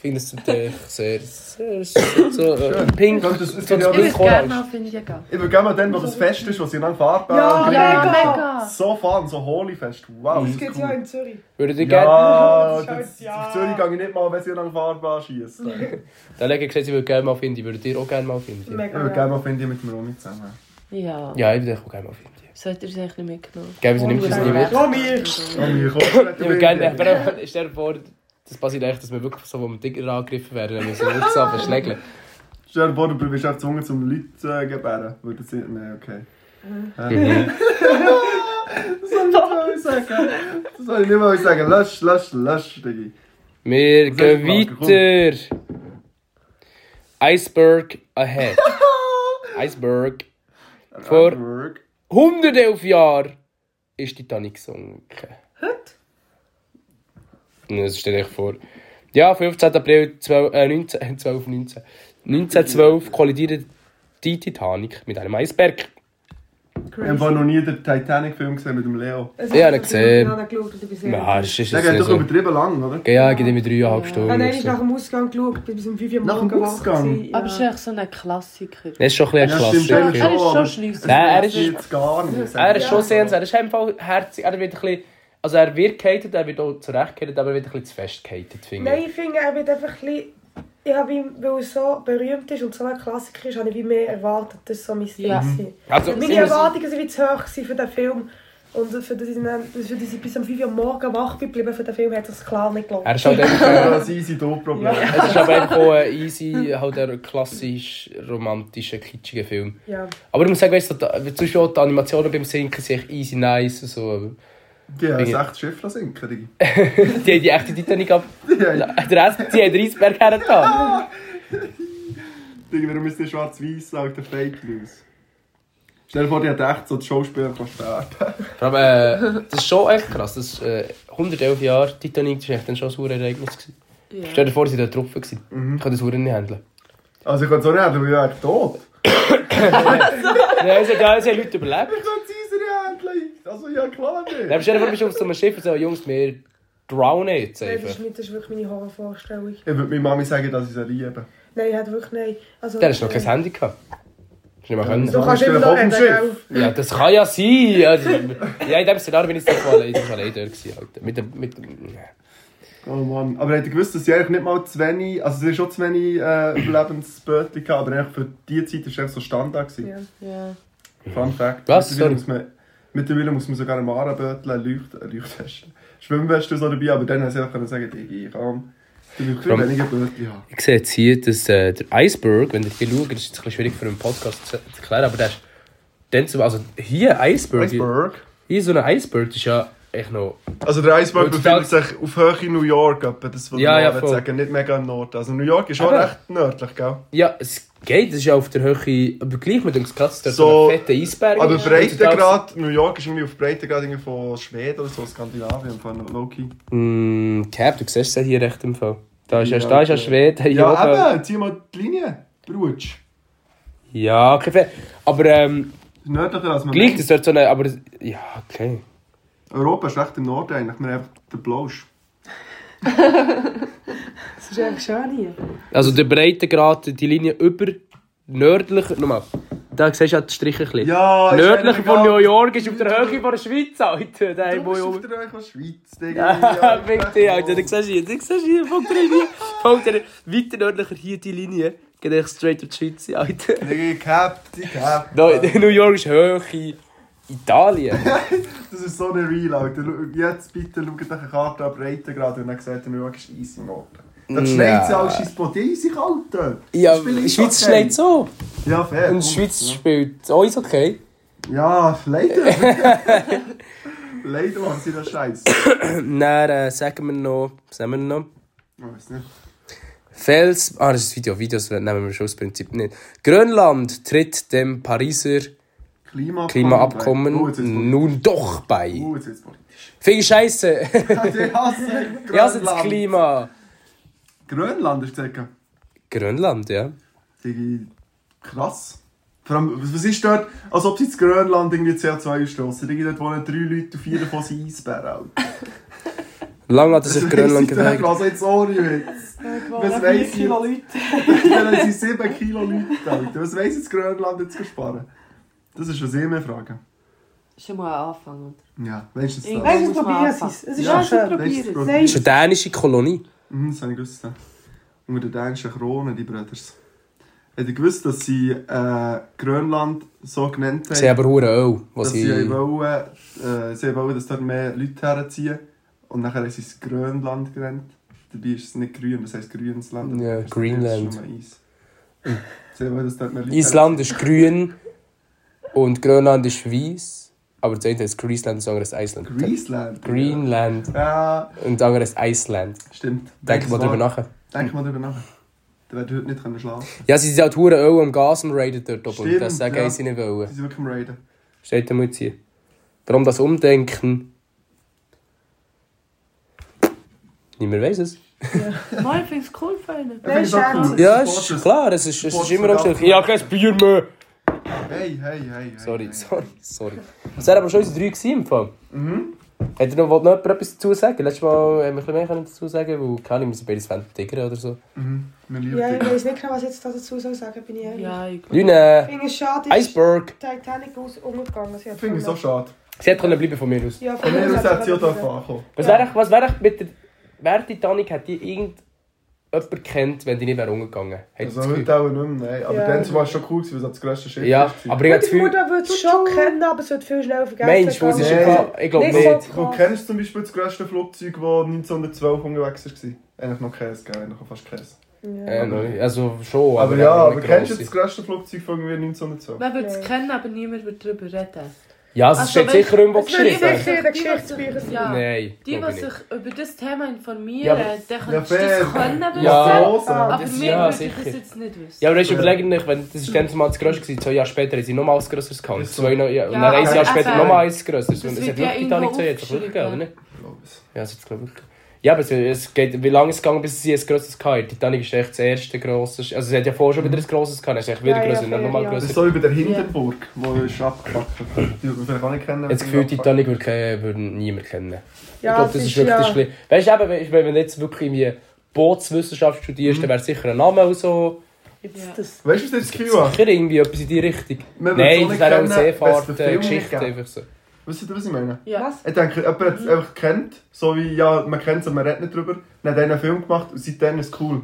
Speaker 4: finde ich es natürlich sehr, sehr, sehr so, äh, pink.
Speaker 5: Kannst du
Speaker 4: so
Speaker 5: das- genau das
Speaker 4: das
Speaker 5: Video-
Speaker 4: pink Orange.
Speaker 7: auf Indien gehen.
Speaker 5: Ich würde gerne mal dann, wo das Fest ist, wo sie dann Farben
Speaker 6: Ja,
Speaker 5: haben.
Speaker 6: ja,
Speaker 7: mega.
Speaker 5: So fun, so holy Fest. Wow,
Speaker 6: Das
Speaker 5: ist
Speaker 6: geht
Speaker 5: cool.
Speaker 6: ja in Zürich.
Speaker 4: Würdet ihr gerne?
Speaker 5: Ja,
Speaker 6: Ja, das ist
Speaker 5: das,
Speaker 6: ja-
Speaker 5: auf Zürich gehe ich nicht mal, wenn sie dann Farbe anschießen. Ich
Speaker 4: Der Lege gesagt, sie würde gerne mal auf Indien. Würdet ihr auch gerne mal auf Indien?
Speaker 6: Mega.
Speaker 5: würde
Speaker 6: ja.
Speaker 5: gerne mal finden mit dem Romy zusammen.
Speaker 7: Ja.
Speaker 4: Ja, ich würde auch gerne mal auf Indien.
Speaker 7: Sollte er es eigentlich nicht mitgenommen?
Speaker 4: Gell, wieso nimmst du es nicht mit?
Speaker 6: Romy!
Speaker 5: Romy, komm,
Speaker 4: Ich würde gerne, aber ich stelle mir vor, das passiert echt, dass wir wirklich so vom Tiger angegriffen werden, wenn wir so Rucksack verschlägeln.
Speaker 5: Stell dir vor, du bist auf Zunge zum Leute äh, gebären. Würde sie. Nein, okay. Das soll ich nicht mal sagen. Das soll ich nicht mal sagen. Lösch, lösch, lösch, Diggi.
Speaker 4: Wir
Speaker 5: Was hast du
Speaker 4: gehen
Speaker 5: gemacht?
Speaker 4: weiter. Iceberg ahead. Iceberg. Vor
Speaker 5: Work.
Speaker 4: hunderten auf Jahren ist Titanic gesunken. Heute? Das stelle ich vor. Ja, 15. April 12, äh, 19, 12, 19, 1912 kollidierte die Titanic mit einem Eisberg.
Speaker 5: Ich habe noch nie den Titanic-Film gesehen mit dem Leo.
Speaker 6: Es
Speaker 4: Ich habe ihn
Speaker 6: ist-
Speaker 4: gesehen.
Speaker 6: Ich habe ihn geschaut, oder bis jetzt.
Speaker 4: Ja, das ist
Speaker 5: Der
Speaker 4: jetzt
Speaker 5: geht
Speaker 4: nicht
Speaker 5: doch
Speaker 4: so.
Speaker 5: übertrieben lang, oder?
Speaker 4: Ja, geht immer dreieinhalb Stunden.
Speaker 6: Ah,
Speaker 4: oder
Speaker 6: nein, ich
Speaker 4: so.
Speaker 6: habe nach dem Ausgang geschaut, bis um 5 Uhr
Speaker 5: Nach dem
Speaker 6: morgens
Speaker 5: Ausgang?
Speaker 6: wach war,
Speaker 7: Aber es ist
Speaker 6: Ja.
Speaker 7: echt so ein Klassiker.
Speaker 4: Das ist schon ein bisschen ein
Speaker 5: Ja,
Speaker 4: Klassiker.
Speaker 5: stimmt, eigentlich
Speaker 7: Er ist
Speaker 5: schon,
Speaker 7: schon
Speaker 5: aber-
Speaker 7: schliessig.
Speaker 4: Nein, er
Speaker 5: Das
Speaker 4: ist-
Speaker 5: sehe ich jetzt gar nicht.
Speaker 4: Er ist schon sehenswert. Er ist im Fall herzig. Er wird ein bisschen, also er wird gehatet, er wird auch zurecht gehatet, aber er wird ein bisschen zu fest gehatet, finde
Speaker 6: Nein,
Speaker 4: ich.
Speaker 6: ich finde, er wird einfach ein bisschen... Ich habe ihn, weil er so berühmt ist und so ein Klassiker ist, habe ich wie mehr erwartet. Das ist so mein Ding.
Speaker 7: Ja.
Speaker 6: gewesen.
Speaker 4: Also,
Speaker 6: Meine
Speaker 4: ich muss-
Speaker 6: Erwartungen waren wie zu hoch gewesen für den Film. Und für das, ich dann- für das ich bis um 5 Uhr morgens wach geblieben für den Film, hat es klar nicht gelohnt.
Speaker 4: Er ist halt einfach, äh,
Speaker 5: Das ist ein easy Problem.
Speaker 4: es ist aber einfach auch ein easy, halt ein klassisch romantischer, kitschiger Film.
Speaker 6: Ja.
Speaker 4: Aber ich muss sagen, weißt du, da- zum Beispiel auch die Animationen beim Sinken sind echt easy nice und so. aber
Speaker 5: Ja, es ist echt Schiff sinken, Diggi.
Speaker 4: Die haben die echte Titanic ab...
Speaker 5: Ja,
Speaker 4: Der Rest, die haben den Eisberg hergetan.
Speaker 5: Digga, warum ist der schwarz-weiß sagt der Fake News? Stell dir vor, die hat echt so die Schauspieler kann sterben.
Speaker 4: Vor allem, äh, das ist schon echt krass. Das, äh, 111 Jahre Titanic, das war echt dann schon ein sauer Ereignis. gewesen. Stell dir vor, sie waren da getroffen. Ich kann das Uhren nicht handeln.
Speaker 5: Also ich kann so nicht, aber ich wäre echt tot.
Speaker 4: Nein, es hat ja es haben Leute überlebt.
Speaker 5: Ich kann Caesar ja endlich. Also ja, klar
Speaker 4: Dann
Speaker 5: nicht.
Speaker 4: stell dir vor, du bist auf so einem Schiff und so, Jungs, wir drownen jetzt
Speaker 6: Nein, das, ist,
Speaker 4: einfach.
Speaker 6: nicht- das ist wirklich meine Horrorvorstellung.
Speaker 5: Ich würde meiner Mami sagen, dass ich sie liebe.
Speaker 6: Nein, er hat wirklich nein. Also,
Speaker 4: Der hast noch kein Handy gehabt. Hast du nicht mehr
Speaker 6: Du
Speaker 4: können.
Speaker 6: kannst
Speaker 5: Ich
Speaker 6: immer
Speaker 5: bin
Speaker 6: noch
Speaker 5: auf dem
Speaker 6: reden, gell?
Speaker 5: Schiff.
Speaker 4: Ja, das kann ja sein. Also, ja, in dem Szenario bin ich jetzt mal allein, ich war allein dort. Gewesen, Alter. Mit dem, mit dem,
Speaker 5: Oh Mann. Aber hätte gewusst, dass sie eigentlich nicht mal zu wenig, also sie hat schon zu wenig äh, Überlebensböte gehabt, aber eigentlich für die Zeit war es einfach so Standard.
Speaker 6: Ja.
Speaker 5: Gewesen.
Speaker 7: Ja.
Speaker 5: Fun Fact.
Speaker 4: Was?
Speaker 5: Mittlerweile
Speaker 4: Sorry.
Speaker 5: muss man, mittlerweile muss man sogar Mara-Bötle, Leucht, Leuchtwesten, Schwimmwesten und so dabei, aber dann haben sie einfach können sagen, Diggi, komm, du willst
Speaker 4: Komm.
Speaker 5: weniger Böte haben.
Speaker 4: Ich sehe jetzt hier, dass äh, der Eisberg, wenn ihr hier schaut, das ist jetzt ein bisschen schwierig für einen Podcast zu zu erklären, aber der ist dann zum, also hier Eisberg.
Speaker 5: Iceberg.
Speaker 4: Hier so ein Eisbird ist ja echt noch.
Speaker 5: Also der Eisberg
Speaker 4: Und
Speaker 5: befindet
Speaker 4: das-
Speaker 5: sich auf Höhe New York, etwa, das würde
Speaker 4: Ja,
Speaker 5: ja, ich
Speaker 4: ja,
Speaker 5: ja,
Speaker 4: voll.
Speaker 5: sagen. Nicht mega im Norden. Also New York ist schon
Speaker 4: Eben.
Speaker 5: recht nördlich, gell?
Speaker 4: Ja, es geht, es ist ja auf der Höhe. Aber gleich mit dem Skatz, der
Speaker 5: So,
Speaker 4: so ein fetter Eisberg
Speaker 5: Aber
Speaker 4: ist.
Speaker 5: Also Breitengrad, New York ist irgendwie auf Breitengrad irgendwie von Schweden oder so, Skandinavien, von Loki.
Speaker 4: Mm, Cap, du siehst es ja hier recht im Fall. Da ist ja,
Speaker 5: Ja,
Speaker 4: da ist ja
Speaker 5: okay.
Speaker 4: Schweden. hier oben.
Speaker 5: Ja, eben, zieh mal die Linie, Brutsch.
Speaker 4: Ja, kein Fe- Aber ähm,
Speaker 5: Nördlicher als man
Speaker 4: gleich,
Speaker 5: denkt.
Speaker 4: das dort so eine. Aber. eh, Ja, okay.
Speaker 5: Europa ist recht im Norden eigentlich, wir haben einfach den Blausch.
Speaker 6: Das ist echt schön hier.
Speaker 4: Also der Breitengrad, die Linie über nördlicher. Nochmal. Da siehst du ja die Striche ein bisschen.
Speaker 5: Ja, ist
Speaker 4: Nördlicher
Speaker 5: eigentlich egal.
Speaker 4: von New York ist auf der Höhe von der Schweiz, Alter. Der
Speaker 5: Du bist auf
Speaker 4: Boy
Speaker 5: der Höhe von Schweiz,
Speaker 4: Ja,
Speaker 5: Digga.
Speaker 4: fick dich, Alter. Du siehst hier, du siehst hier, folgt der Linie. Folgt der Weiter nördlicher hier die Linie. Geht echt straight auf die Schweiz, Alter.
Speaker 5: Digga, Cap, die Cap.
Speaker 4: Da, Nou, New York ist Höhe. Italien.
Speaker 5: Das ist so eine Real, Alter. Schau- Jetzt bitte schaut euch eine Karte an Breitengrad und dann seht ihr, New York ist easy im Norden. Dann schneit es
Speaker 4: Ja.
Speaker 5: auch scheiss Body eisig, Alter.
Speaker 4: Ja,
Speaker 5: Das Spiel
Speaker 4: die
Speaker 5: ist
Speaker 4: Schweiz
Speaker 5: okay.
Speaker 4: schneit so.
Speaker 5: Ja, fair.
Speaker 4: Und die
Speaker 5: Punkt,
Speaker 4: Schweiz
Speaker 5: ja.
Speaker 4: spielt auch ist okay.
Speaker 5: Ja, leider. leider machen sie das Scheiß. Ich
Speaker 4: Dann äh, sagen wir noch, was haben wir noch?
Speaker 5: weiß nicht.
Speaker 4: Fels, ah, das ist das Video, Videos nehmen wir schon aus Prinzip nicht. Grönland tritt dem Pariser
Speaker 5: Klima
Speaker 4: Klimaabkommen
Speaker 5: Oh, jetzt wird's politisch.
Speaker 4: nun doch bei.
Speaker 5: Oh, jetzt wird's politisch.
Speaker 4: Viel Scheiße!
Speaker 5: Ich hasse
Speaker 4: Ich hasse das
Speaker 5: Grönland.
Speaker 4: Klima!
Speaker 5: Grönland ist gesagt.
Speaker 4: Grönland, ja.
Speaker 5: Digi, krass. Vor allem, was was ist dort, als ob sie in Grönland irgendwie CO2 ausstoßen? Digi, dort wohnen drei Leute und vier davon sind Eisbären. Alter.
Speaker 4: Lange hat er sich Grönland
Speaker 5: Das weiss ich
Speaker 4: geweckt.
Speaker 5: doch, also jetzt ohne Witz. Was weiss ich?
Speaker 6: Kilo Leute.
Speaker 5: Dann sind sieben Kilo Leute, Alter. Was weiss jetzt Grönland jetzt gesparen? Das ist, was ich mir frage.
Speaker 7: Schon mal ein Anfang. oder?
Speaker 5: Ja, wenigstens das.
Speaker 6: Weißt du,
Speaker 7: Muss man
Speaker 6: probieren es.
Speaker 7: anfangen.
Speaker 6: Es ist
Speaker 5: Ja,
Speaker 6: auch schön.
Speaker 5: wenigstens
Speaker 6: Probieren.
Speaker 5: probieren.
Speaker 6: Nein,
Speaker 4: Das ist eine dänische Kolonie.
Speaker 5: Mhm, das habe ich gewusst. Unter den dänischen Kronen, die Brüders. Hätte ich gewusst, dass sie äh, Grönland so genannt haben,
Speaker 4: Sie haben aber hure Öl, was
Speaker 5: dass sie,
Speaker 4: sie...
Speaker 5: wollen, äh, sie wollen, dass dort mehr Leute herziehen. Und nachher haben sie es Grönland genannt. Dabei ist es nicht grün, das heisst grünes Land.
Speaker 4: Ja,
Speaker 5: Das ist
Speaker 4: Greenland.
Speaker 5: nur Eis. Sie wollen, dass dort mehr Leute
Speaker 4: Island ist grün und Grönland ist weiß. Aber das eine ist Greenland und das andere ist Iceland.
Speaker 5: herziehen. Greenland.
Speaker 4: Greenland
Speaker 5: Ja,
Speaker 4: und das andere ist Iceland.
Speaker 5: stimmt.
Speaker 4: Denk
Speaker 5: Das
Speaker 4: mal
Speaker 5: war-
Speaker 4: drüber nach.
Speaker 5: Denk mal drüber nach. Dann werde ich heute nicht können schlafen.
Speaker 4: Ja, sie sind halt hure Öl am Gas und raiden dort oben.
Speaker 5: Stimmt,
Speaker 4: und das sagen
Speaker 5: ja.
Speaker 4: sie nicht
Speaker 5: Sie
Speaker 4: wollen.
Speaker 5: sind wirklich am Raiden.
Speaker 4: Steht da mal jetzt hier. Darum das Umdenken. Niemand weiß es.
Speaker 7: Nein, ich finde es cool für einen.
Speaker 5: Ich finde es auch cool.
Speaker 4: Ja,
Speaker 5: Ich
Speaker 4: ist
Speaker 5: supporte es.
Speaker 4: klar, es ist, es ist
Speaker 5: Supporters
Speaker 4: immer noch
Speaker 5: sind
Speaker 4: gestellt. Ja, kein Bier mehr.
Speaker 5: Hey, hey, hey, hey.
Speaker 4: Sorry,
Speaker 5: hey.
Speaker 4: sorry, sorry. Das waren aber schon unsere drei gewesen, im Fall.
Speaker 5: Mhm.
Speaker 4: Hat er noch, wollte noch jemand etwas dazu sagen? Letztes Mal haben wir ein bisschen mehr können dazu sagen, weil keine Ahnung, wir sind beides Fan Tigger oder so.
Speaker 5: Mein lieber
Speaker 6: Ja, ich
Speaker 5: Digga.
Speaker 6: weiß nicht genau, was ich jetzt dazu soll sagen bin ich ehrlich.
Speaker 7: Ja, ich glaube.
Speaker 6: Ich
Speaker 4: Lüne,
Speaker 6: finde es schade, dass die
Speaker 4: äh, Iceberg.
Speaker 6: Titanic dus aus umgegangen ist.
Speaker 5: Ich finde es so schade.
Speaker 4: Sie hätte können bleiben von mir aus.
Speaker 6: Ja,
Speaker 5: Von mir aus hat sie auch
Speaker 6: dürfen.
Speaker 5: dürfen ankommen.
Speaker 4: Was wäre ich, was wäre ich mit der... Wer Titanic hätte die irgendjemand kennt, wenn die nicht wäre umgegangen? Hätte ich
Speaker 5: Also
Speaker 4: das Gefühl.
Speaker 5: heute auch nicht mehr, nein. Aber
Speaker 6: Ja.
Speaker 5: dann war es schon cool, gewesen, weil es das grösste Schiff
Speaker 4: Ja,
Speaker 5: war.
Speaker 4: aber ich habe das
Speaker 6: Die
Speaker 4: Gefühl...
Speaker 6: Mutter würde es schon kennen, aber es wird viel schneller vergessen.
Speaker 4: Mensch, wo es ist...
Speaker 5: Nee.
Speaker 4: gekommen? Ich glaube
Speaker 6: Nicht so.
Speaker 4: nicht.
Speaker 5: Du kennst zum Beispiel das grösste Flugzeug, das 1912 unterwegs war? Eigentlich noch Käse, gell? Eigentlich noch fast Käse.
Speaker 4: Äh, nein, also schon,
Speaker 5: Aber ja, aber
Speaker 4: nicht
Speaker 5: kennst du
Speaker 4: grosse.
Speaker 5: das grösste Flugzeug von irgendwie 1912?
Speaker 7: Man würde es kennen, aber niemand würde darüber reden.
Speaker 4: Ja, es
Speaker 7: Also,
Speaker 4: steht
Speaker 7: wenn-
Speaker 4: sicher irgendwo
Speaker 6: Es würde
Speaker 4: geschrieben.
Speaker 6: sicher in den
Speaker 7: Die, die
Speaker 6: Geschichtsbüchern
Speaker 7: sich-
Speaker 6: sein.
Speaker 7: Ja.
Speaker 4: Nein,
Speaker 7: Die,
Speaker 4: glaube
Speaker 7: die
Speaker 4: ich nicht.
Speaker 7: sich über das Thema informieren, äh,
Speaker 4: Ja,
Speaker 7: ja, dann könntest du
Speaker 5: fair.
Speaker 7: das können wissen.
Speaker 4: Ja.
Speaker 5: Grosse.
Speaker 6: Ah.
Speaker 7: Aber
Speaker 4: Das-
Speaker 7: wir
Speaker 4: ja,
Speaker 7: würden das
Speaker 4: sicher.
Speaker 7: jetzt nicht wissen.
Speaker 4: Ja, aber weißt du, überleg dir, wenn das ist dann mal das grösste gewesen, zwei Jahre später haben sie nochmal ein grösseres gehabt.
Speaker 5: Ist so.
Speaker 4: Zwei, noch- ja, und
Speaker 7: Ja,
Speaker 4: dann ein
Speaker 5: aber
Speaker 4: Jahr
Speaker 5: eben.
Speaker 4: später nochmal eins grösseres. Und
Speaker 7: Das
Speaker 4: es hat
Speaker 7: wird ja
Speaker 4: wirklich Titanic
Speaker 7: irgendwo
Speaker 4: 2 jetzt wirklich gegeben, oder nicht?
Speaker 5: Ich glaube es.
Speaker 4: Ja, das hat glaube ich. Ja, aber es, es geht, wie lange ist es gegangen, bis sie ein grosses hatten? Titanic ist echt das erste grosse. Also, es hat ja vorher schon wieder ein grosses gehabt, dann ist es echt wieder
Speaker 6: Ja, ja,
Speaker 4: grösser und dann
Speaker 6: fair,
Speaker 4: nochmal
Speaker 6: ja.
Speaker 5: Das ist
Speaker 4: grösser.
Speaker 5: so über der Hindenburg, wo ist abgepackt. Die würde man vielleicht auch nicht kennen. wenn
Speaker 4: Jetzt
Speaker 5: sie
Speaker 4: gefühlt
Speaker 5: abgepackt-
Speaker 4: Titanic würde, kein- würde niemand kennen.
Speaker 6: Ja,
Speaker 4: ich glaube, das
Speaker 6: es
Speaker 4: ist wirklich das Schlimme. Weißt du, eben, wenn- wenn du jetzt wirklich irgendwie Bootswissenschaft studierst, dann wäre sicher ein Name oder so.
Speaker 7: Ja.
Speaker 5: Weißt
Speaker 6: Das
Speaker 5: du, was ich das Gefühl habe?
Speaker 4: Sicher irgendwie etwas in die Richtung.
Speaker 5: Man würd's
Speaker 4: Nein,
Speaker 5: auch
Speaker 4: das
Speaker 5: nicht
Speaker 4: wäre auch eine
Speaker 5: kennen, wenn's
Speaker 4: Seefahrt,
Speaker 5: den
Speaker 4: äh,
Speaker 5: Film nicht
Speaker 4: Geschichte
Speaker 5: gäbe.
Speaker 4: einfach so.
Speaker 5: Weißt du, was ich meine?
Speaker 7: Ja.
Speaker 6: Was?
Speaker 5: Ich denke, jemand hat es einfach gekannt, so wie, ja, man kennt es, aber man redet nicht drüber. Dann hat einer einen Film gemacht und seitdem ist es cool.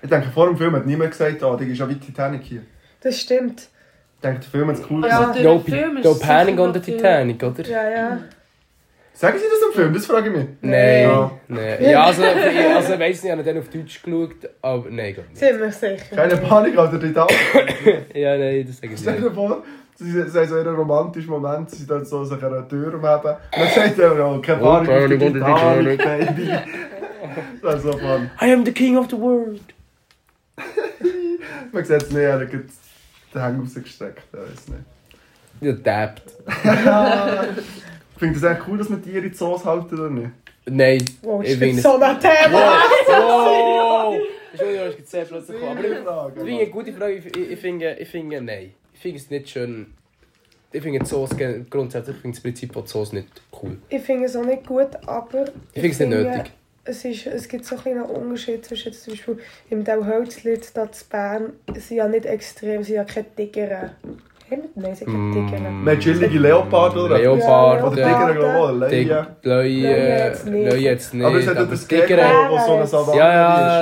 Speaker 5: Ich denke, vor dem Film hat niemand gesagt, ah, der ist ja wie Titanic hier.
Speaker 6: Das stimmt.
Speaker 5: Ich denke, der Film hat es cool
Speaker 7: Ja.
Speaker 5: gemacht.
Speaker 7: durch
Speaker 4: No,
Speaker 7: den Also Film ist
Speaker 4: no
Speaker 7: es
Speaker 4: Panning
Speaker 7: sicher
Speaker 4: on the
Speaker 7: noch viel-
Speaker 4: Titanic, oder?
Speaker 6: Ja, ja.
Speaker 5: Sagen Sie das im Film? Das frage ich mich.
Speaker 4: Nein,
Speaker 5: Ja.
Speaker 4: nein. Ja, also, also ich weiß nicht, ich habe den auf Deutsch geschaut, aber nein, glaub nicht.
Speaker 6: Ziemlich sicher.
Speaker 5: Keine Panik, Alter, der da.
Speaker 4: Ja, nein, das sage ich
Speaker 5: Stell
Speaker 4: nicht.
Speaker 5: dir vor, Sie, sie haben so ihren romantischen Moment, sie sind dort so sich an einer Tür umheben. Und dann sagt er, oh, keine
Speaker 4: Oh,
Speaker 5: Panik, ich
Speaker 4: Panik,
Speaker 5: bin Also,
Speaker 4: oh,
Speaker 5: Titanic,
Speaker 4: Titanic.
Speaker 5: Baby. Das ist so fun.
Speaker 4: I am the king of the world.
Speaker 5: Man sieht es nicht, er hat gerade den Hang rausgestreckt, ich weiß nicht.
Speaker 4: Ja, tappt.
Speaker 5: Ich finde das echt cool, dass man Tiere in die Sauce halten, oder nicht?
Speaker 4: Nein.
Speaker 6: Wow,
Speaker 4: ich
Speaker 6: Oh, ich
Speaker 4: bin
Speaker 6: bin so ein Thema.
Speaker 4: Wow! Entschuldigung, ich habe sehr plötzlich gekommen. Aber ich- ich finde eine
Speaker 5: Frage.
Speaker 4: gute Frage. Ich, ich, ich finde, ich finde, nein. Ich finde es nicht schön. Ich finde die Sauce gen- grundsätzlich, ich finde das Prinzip von Sauce nicht cool.
Speaker 6: Ich finde es auch nicht gut, aber.
Speaker 4: Ich finde es nicht
Speaker 6: finde,
Speaker 4: nötig.
Speaker 6: Es, ist, es gibt so einen kleinen Unterschied zwischen jetzt zum Beispiel im Delhölzlied da zu Bern. Sie sind ja nicht extrem, sie sind ja keine dickeren. Haben wir- Nein, sie sind keine dickeren.
Speaker 5: Man hat chillige Leopard, oder? Oder
Speaker 4: Leoparden,
Speaker 6: Ja,
Speaker 5: Tiger, glaube ich, auch,
Speaker 4: Dick,
Speaker 5: Leia.
Speaker 6: Leue
Speaker 4: Leue,
Speaker 6: jetzt nicht.
Speaker 4: Leue jetzt nicht.
Speaker 5: Aber es hat ja das Gegner,
Speaker 4: Tiger-
Speaker 5: wo so eine Savanne
Speaker 4: Ja,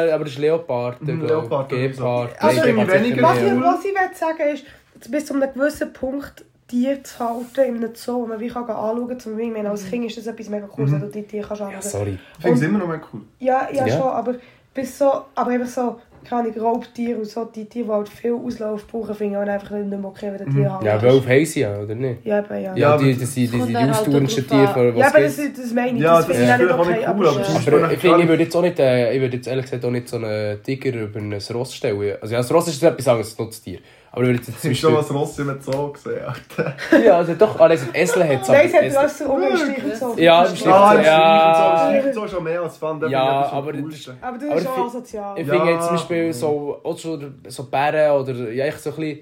Speaker 4: ja, aber es ist Leopard.
Speaker 5: Mhm, Leopard oder so.
Speaker 4: Gepard.
Speaker 5: Also,
Speaker 4: Nein,
Speaker 5: irgendwie
Speaker 4: Gepard sicher
Speaker 5: weniger
Speaker 4: nicht.
Speaker 6: Was ich,
Speaker 5: Ja.
Speaker 6: was ich will sagen ist, dass bis zu einem gewissen Punkt Tiere zu halten in einem Zoo, wo man wie kann gehen anschauen kann. Zum Beispiel, ich meine, als Kind ist das etwas mega cooles, wenn du die Tiere kannst anschauen
Speaker 4: Sorry.
Speaker 5: Ich finde es immer noch mal cool.
Speaker 6: Ja, ja,
Speaker 4: Ja.
Speaker 6: schon, aber bis so, aber eben so, keine Ahnung, Raubtiere und so, die Tiere, die halt viel Auslauf brauchen, finde ich auch einfach nicht mehr okay, wenn der
Speaker 5: Mhm.
Speaker 6: Tier halt
Speaker 4: Ja,
Speaker 6: ist.
Speaker 4: Wolf heiss ja, oder nicht?
Speaker 6: Ja, eben, ja.
Speaker 4: Ja,
Speaker 5: Ja,
Speaker 4: die,
Speaker 5: aber-
Speaker 4: das sind die,
Speaker 7: Kommt
Speaker 4: sind die
Speaker 7: dann halt
Speaker 4: ausdauerndsten
Speaker 7: drauf an.
Speaker 4: Tiere, von
Speaker 6: Ja,
Speaker 4: was
Speaker 6: aber
Speaker 4: gibt.
Speaker 6: das, das meine ich,
Speaker 5: Ja,
Speaker 6: das
Speaker 5: das
Speaker 6: finde ich
Speaker 5: ist
Speaker 6: auch nicht
Speaker 5: natürlich auch
Speaker 6: okay,
Speaker 5: nicht cool,
Speaker 6: aber
Speaker 5: aber
Speaker 6: es ist-
Speaker 5: das
Speaker 4: Aber ich finde, ich würde jetzt auch nicht, äh, ich würde jetzt ehrlich gesagt auch nicht so einen Tiger über ein eh, Ross stellen. Also ja, das Ross ist etwas anderes, das Nutztier. Aber ich würde jetzt
Speaker 5: Ich
Speaker 4: zum
Speaker 5: habe schon
Speaker 4: Beispiel...
Speaker 5: was Ross im Zoo gesehen, Alter.
Speaker 4: ja, oh, also doch, alles hat Esel hat
Speaker 6: Nein, es hat
Speaker 4: Esel.
Speaker 6: was umgestrichen so.
Speaker 4: Ja, es ist nicht
Speaker 5: Ah,
Speaker 4: so,
Speaker 5: im
Speaker 4: ja.
Speaker 5: Schweizer Zoo. Im Schweizer Zoo ist schon mehr als Fun. da bin ich
Speaker 4: Ja,
Speaker 5: etwas am
Speaker 4: aber das-
Speaker 5: coolsten.
Speaker 6: Aber das
Speaker 4: Aber
Speaker 6: ist
Speaker 4: ich
Speaker 6: auch
Speaker 4: find-
Speaker 6: asozial.
Speaker 4: Ich finde
Speaker 5: Ja.
Speaker 4: jetzt zum Beispiel so, auch so, so Bären oder ja, echt so ein bisschen...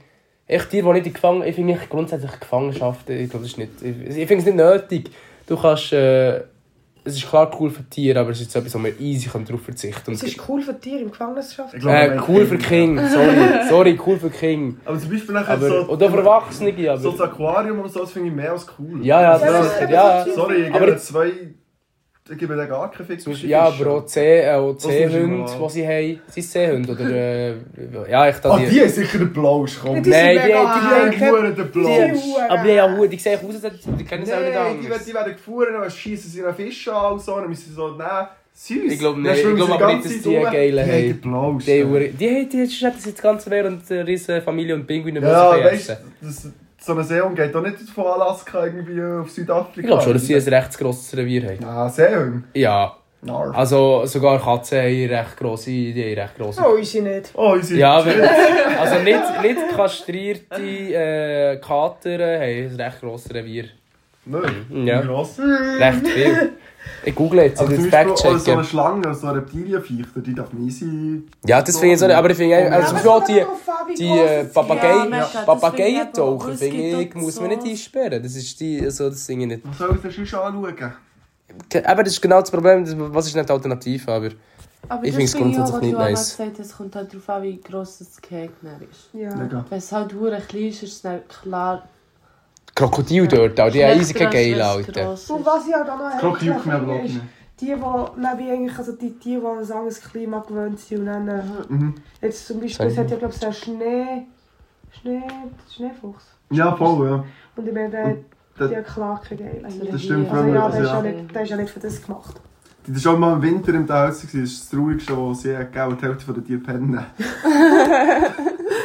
Speaker 4: Echt Tiere, die nicht in Gefang... Ich finde echt grundsätzlich Gefangenschaft, ich glaube, das ist nicht... Ich, ich finde es nicht nötig. Du kannst... Äh, es ist klar cool für Tiere, aber es ist jetzt etwas, wo man easy kann drauf verzichten kann.
Speaker 6: Es ist cool für Tiere in Gefangenschaft.
Speaker 5: Ich
Speaker 4: Äh,
Speaker 5: man-
Speaker 4: cool für King, sorry. Sorry, cool für King.
Speaker 5: Aber zum Beispiel nachher
Speaker 4: Aber,
Speaker 5: so...
Speaker 4: oder für Erwachsene,
Speaker 5: So das
Speaker 4: aber...
Speaker 5: Aquarium und so, das finde ich mehr als cool. Also,
Speaker 4: Ja, ja,
Speaker 6: das
Speaker 4: das,
Speaker 6: ist eben
Speaker 4: ja.
Speaker 6: so
Speaker 5: Sorry, ich
Speaker 4: Aber-
Speaker 5: gebe zwei... Ich gebe den gar keinen Fix.
Speaker 4: Zum Beispiel, ja, aber auch C- äh, auch C-Hunde,
Speaker 5: Was ist
Speaker 4: die sie haben. Sind es C-Hunde? Oder, äh, ja, ich da
Speaker 5: Ah, die ist sicher der Blausch, komm.
Speaker 6: Die-
Speaker 4: Nein,
Speaker 6: sind
Speaker 4: die,
Speaker 6: mega
Speaker 4: die, die,
Speaker 5: Die Huren, der Blausch.
Speaker 4: die, aber die haben Ah, ja Hut, die sehen aus, als hätten- die kennen es auch nicht
Speaker 5: Nein, die,
Speaker 4: anders.
Speaker 5: werden- die werden gefahren, dann schießen sie einen Fisch an und so, dann müssen sie so, nein, süß.
Speaker 4: Ich glaub nicht, ich glaub aber nicht, dass die einen geilen haben.
Speaker 5: Hey, die Blausch.
Speaker 4: Die Hure- die haben die jetzt das jetzt ganz mehr und äh, riesen Familie und Pinguine
Speaker 5: Ja,
Speaker 4: die sie
Speaker 5: weißt
Speaker 4: essen.
Speaker 5: du, so eine Seehund geht doch nicht von Alaska irgendwie auf Südafrika.
Speaker 4: Ich glaube schon, dass sie ein recht grosses Revier haben.
Speaker 5: Ah, Seehund?
Speaker 4: Ja,
Speaker 5: Narf.
Speaker 4: also sogar Katzen haben recht grosse, die haben recht grosse
Speaker 6: Oh, ist sie nicht.
Speaker 5: Oh, unsere...
Speaker 4: Ja, wenn, also nicht, nicht kastrierte äh, Kater haben ein recht grosses Revier.
Speaker 5: Nein,
Speaker 4: Ja. Also
Speaker 5: gross.
Speaker 4: Recht viel. Ich google jetzt,
Speaker 5: Aber
Speaker 4: also
Speaker 5: zum
Speaker 4: jetzt
Speaker 5: Beispiel auch so eine
Speaker 4: Fact-checken.
Speaker 5: Schlange, so eine Reptilienviecher, die darf nie sein.
Speaker 4: Ja, das finde ich so nicht, aber ich finde auch-
Speaker 5: Ja,
Speaker 4: also
Speaker 5: aber
Speaker 4: zum
Speaker 5: es
Speaker 4: Beispiel auch die,
Speaker 6: die,
Speaker 4: die äh, Papagei,
Speaker 7: Ja, das
Speaker 4: Papageientaucher,
Speaker 7: finde ich aber
Speaker 4: finde
Speaker 7: auch. Es
Speaker 4: ich,
Speaker 7: gibt auch
Speaker 4: muss man
Speaker 7: so-
Speaker 4: nicht einsperren. Das ist die, also das Ding nicht.
Speaker 5: Was soll ich denn sonst anschauen?
Speaker 4: Aber das ist genau das Problem, das- was ist nicht alternativ, aber...
Speaker 7: Aber
Speaker 4: Ich
Speaker 7: das
Speaker 4: find's
Speaker 7: finde ich auch, was
Speaker 4: grundsätzlich nicht
Speaker 7: Johanna
Speaker 4: nice.
Speaker 7: gesagt hat, es kommt halt darauf an, wie gross das Gegner ist.
Speaker 6: Ja.
Speaker 5: Mega.
Speaker 7: Wenn es halt hure klein ist, ist es dann klar...
Speaker 4: Krokodil dort, auch, Oh, die haben riesige
Speaker 7: schlechter, als
Speaker 4: Geil,
Speaker 7: wenn's
Speaker 4: Alter.
Speaker 7: gross ist.
Speaker 6: Und was ich halt auch noch
Speaker 5: Krokodil
Speaker 6: heftig
Speaker 5: kann ich aber auch
Speaker 6: finde, ist,
Speaker 5: nicht.
Speaker 6: die, die neben eigentlich, also die Tiere, die an ein anderes Klima gewöhnt sind und dann... äh,
Speaker 5: Mhm.
Speaker 6: Jetzt zum Beispiel,
Speaker 4: Sorry.
Speaker 6: es hat ja glaube ich so einen Schnee... Schnee... Schneefuchs.
Speaker 5: Ja, voll, ja.
Speaker 6: Und ich meine, der,
Speaker 5: Das-
Speaker 6: der Klage geil eigentlich.
Speaker 5: Das stimmt,
Speaker 6: Also
Speaker 5: wenn
Speaker 6: ja,
Speaker 5: man
Speaker 6: der ist ja
Speaker 5: das ja...
Speaker 6: nicht, der ist ja nicht für das gemacht.
Speaker 5: Die war schon mal im Winter im Haus, das war das Traurigste, was sie je gegeben hat, die Hälfte von den Tieren pennen.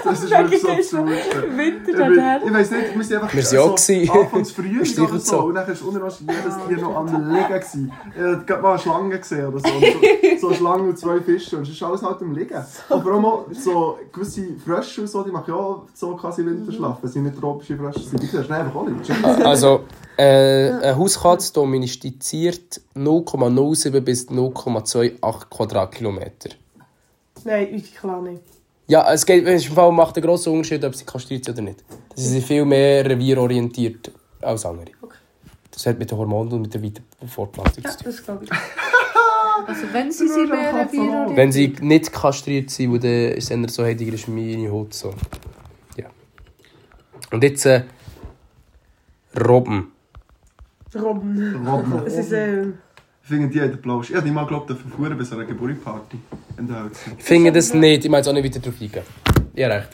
Speaker 5: das ist wirklich so das Traurigste. Ich,
Speaker 7: Winter
Speaker 5: bin- ich weiss nicht, wir sind einfach
Speaker 4: Wir sind auch gewesen.
Speaker 5: so anfangs Frühling oder
Speaker 4: Gestreichelt
Speaker 5: so
Speaker 4: so.
Speaker 5: und dann war unten jedes Tier noch am Liegen. Gewesen. Ich habe gerade mal eine Schlange gesehen oder so. Und so, so eine Schlange und zwei Fische und es ist alles halt am Liegen. Aber auch mal so gewisse Frösche und so, die machen ja auch so quasi Winterschlaf, wenn sie nicht tropische Frösche sind. Die siehst du einfach auch nicht.
Speaker 4: Also, äh, eine Hauskatze domestiziert 0,07 bis 0,28 Quadratkilometer.
Speaker 6: Nein, ich klar nicht.
Speaker 4: Ja, es geht, es ist im Fall macht einen grossen Unterschied, ob sie kastriert sind oder nicht. Sie sind viel mehr revierorientiert als andere. Das hat mit den Hormonen und mit der weiteren Fortpflanzung zu tun.
Speaker 6: Das glaube ich.
Speaker 7: Also wenn sie sie mehr Virus...
Speaker 4: Wenn sie nicht kastriert sind, weil dann ist es eher so, hey, Digga, ist meine Haut so. Ja. Und jetzt, äh, Robben.
Speaker 6: Warum?
Speaker 5: Robben.
Speaker 6: Es ist äh,
Speaker 5: Ich finde die haben den Blausch. Ich habe die mal glaubt, verfuhren bei so einer Geburtstagsparty in der Hölzchen.
Speaker 4: Ich finde das nicht, ich meine es auch nicht weiter drauf eingehen. Ja, recht.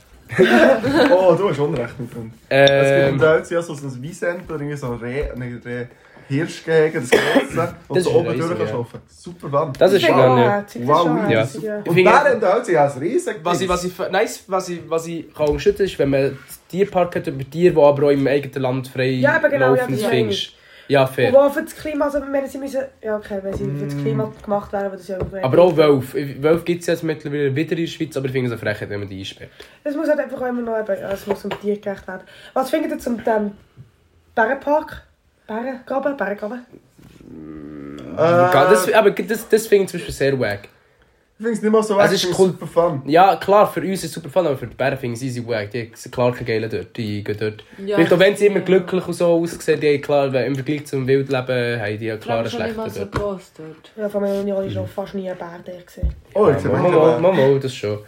Speaker 5: Oh, du hast Unrecht mit dem. Es gibt
Speaker 4: Ähm,
Speaker 5: im Deutschen ja so ein Wiesent oder irgendwie so ein Reh. Nein, Reh. Hirschgehege, das Grosse, und
Speaker 4: Das
Speaker 5: so
Speaker 4: ist
Speaker 5: oben
Speaker 4: riesig,
Speaker 5: durch
Speaker 4: ja.
Speaker 5: kannst laufen. Super Wand.
Speaker 4: Das ist
Speaker 6: Ja,
Speaker 4: gar nicht.
Speaker 6: das ist
Speaker 5: Wow,
Speaker 6: schon
Speaker 5: ja.
Speaker 6: herzig, ja.
Speaker 5: und
Speaker 4: Ich finde-
Speaker 5: Bären da, sie haben ein riesiges
Speaker 4: Was ich, was ich, nice, was ich, was ich kann unterstützen ist, wenn man Tierpark hat über Tiere, die aber auch im eigenen Land frei
Speaker 6: Ja, aber genau, ja,
Speaker 4: laufen,
Speaker 6: das
Speaker 4: findest. Ja,
Speaker 6: Und
Speaker 4: fair.
Speaker 6: wo für das Klima, also wenn sie müssen, ja okay, wenn sie für das Klima gemacht werden, aber das ist ja auch
Speaker 4: Aber auch Wölfe. Wölfe gibt es jetzt mittlerweile wieder in der Schweiz, aber ich finde es eine Frechheit, wenn man die einsperrt.
Speaker 6: Es muss halt einfach auch immer noch, eben- ja, es muss um Tier gerecht werden. Was findet ihr zum dem Bärenpark? Bärengraben? Bärengraben? Äh.
Speaker 4: Das, aber das, das finde ich zum Beispiel sehr wack.
Speaker 5: Ich finde es nicht mal so
Speaker 4: Es
Speaker 5: wack,
Speaker 4: ist
Speaker 5: ich finde es
Speaker 4: cool.
Speaker 5: super fun.
Speaker 4: Ja, klar, für uns ist es super fun, aber für die Bären finde ich es easy wack. Die haben klar keine Geilen dort. Die gehen dort.
Speaker 7: Ja,
Speaker 4: Vielleicht auch wenn sie
Speaker 7: ja.
Speaker 4: immer glücklich und so aussehen, die eh, haben klar, wenn- im Vergleich zum Wildleben, haben die ja
Speaker 7: Ich
Speaker 4: klar
Speaker 7: habe
Speaker 4: einen
Speaker 7: schon nicht mal so
Speaker 4: schlechten dort.
Speaker 7: groß dort.
Speaker 6: Ja, von meiner Union ist schon fast nie ein Bär der gesehen.
Speaker 5: Oh, ich sehe
Speaker 4: Mal, mal, mal, mal, das schon.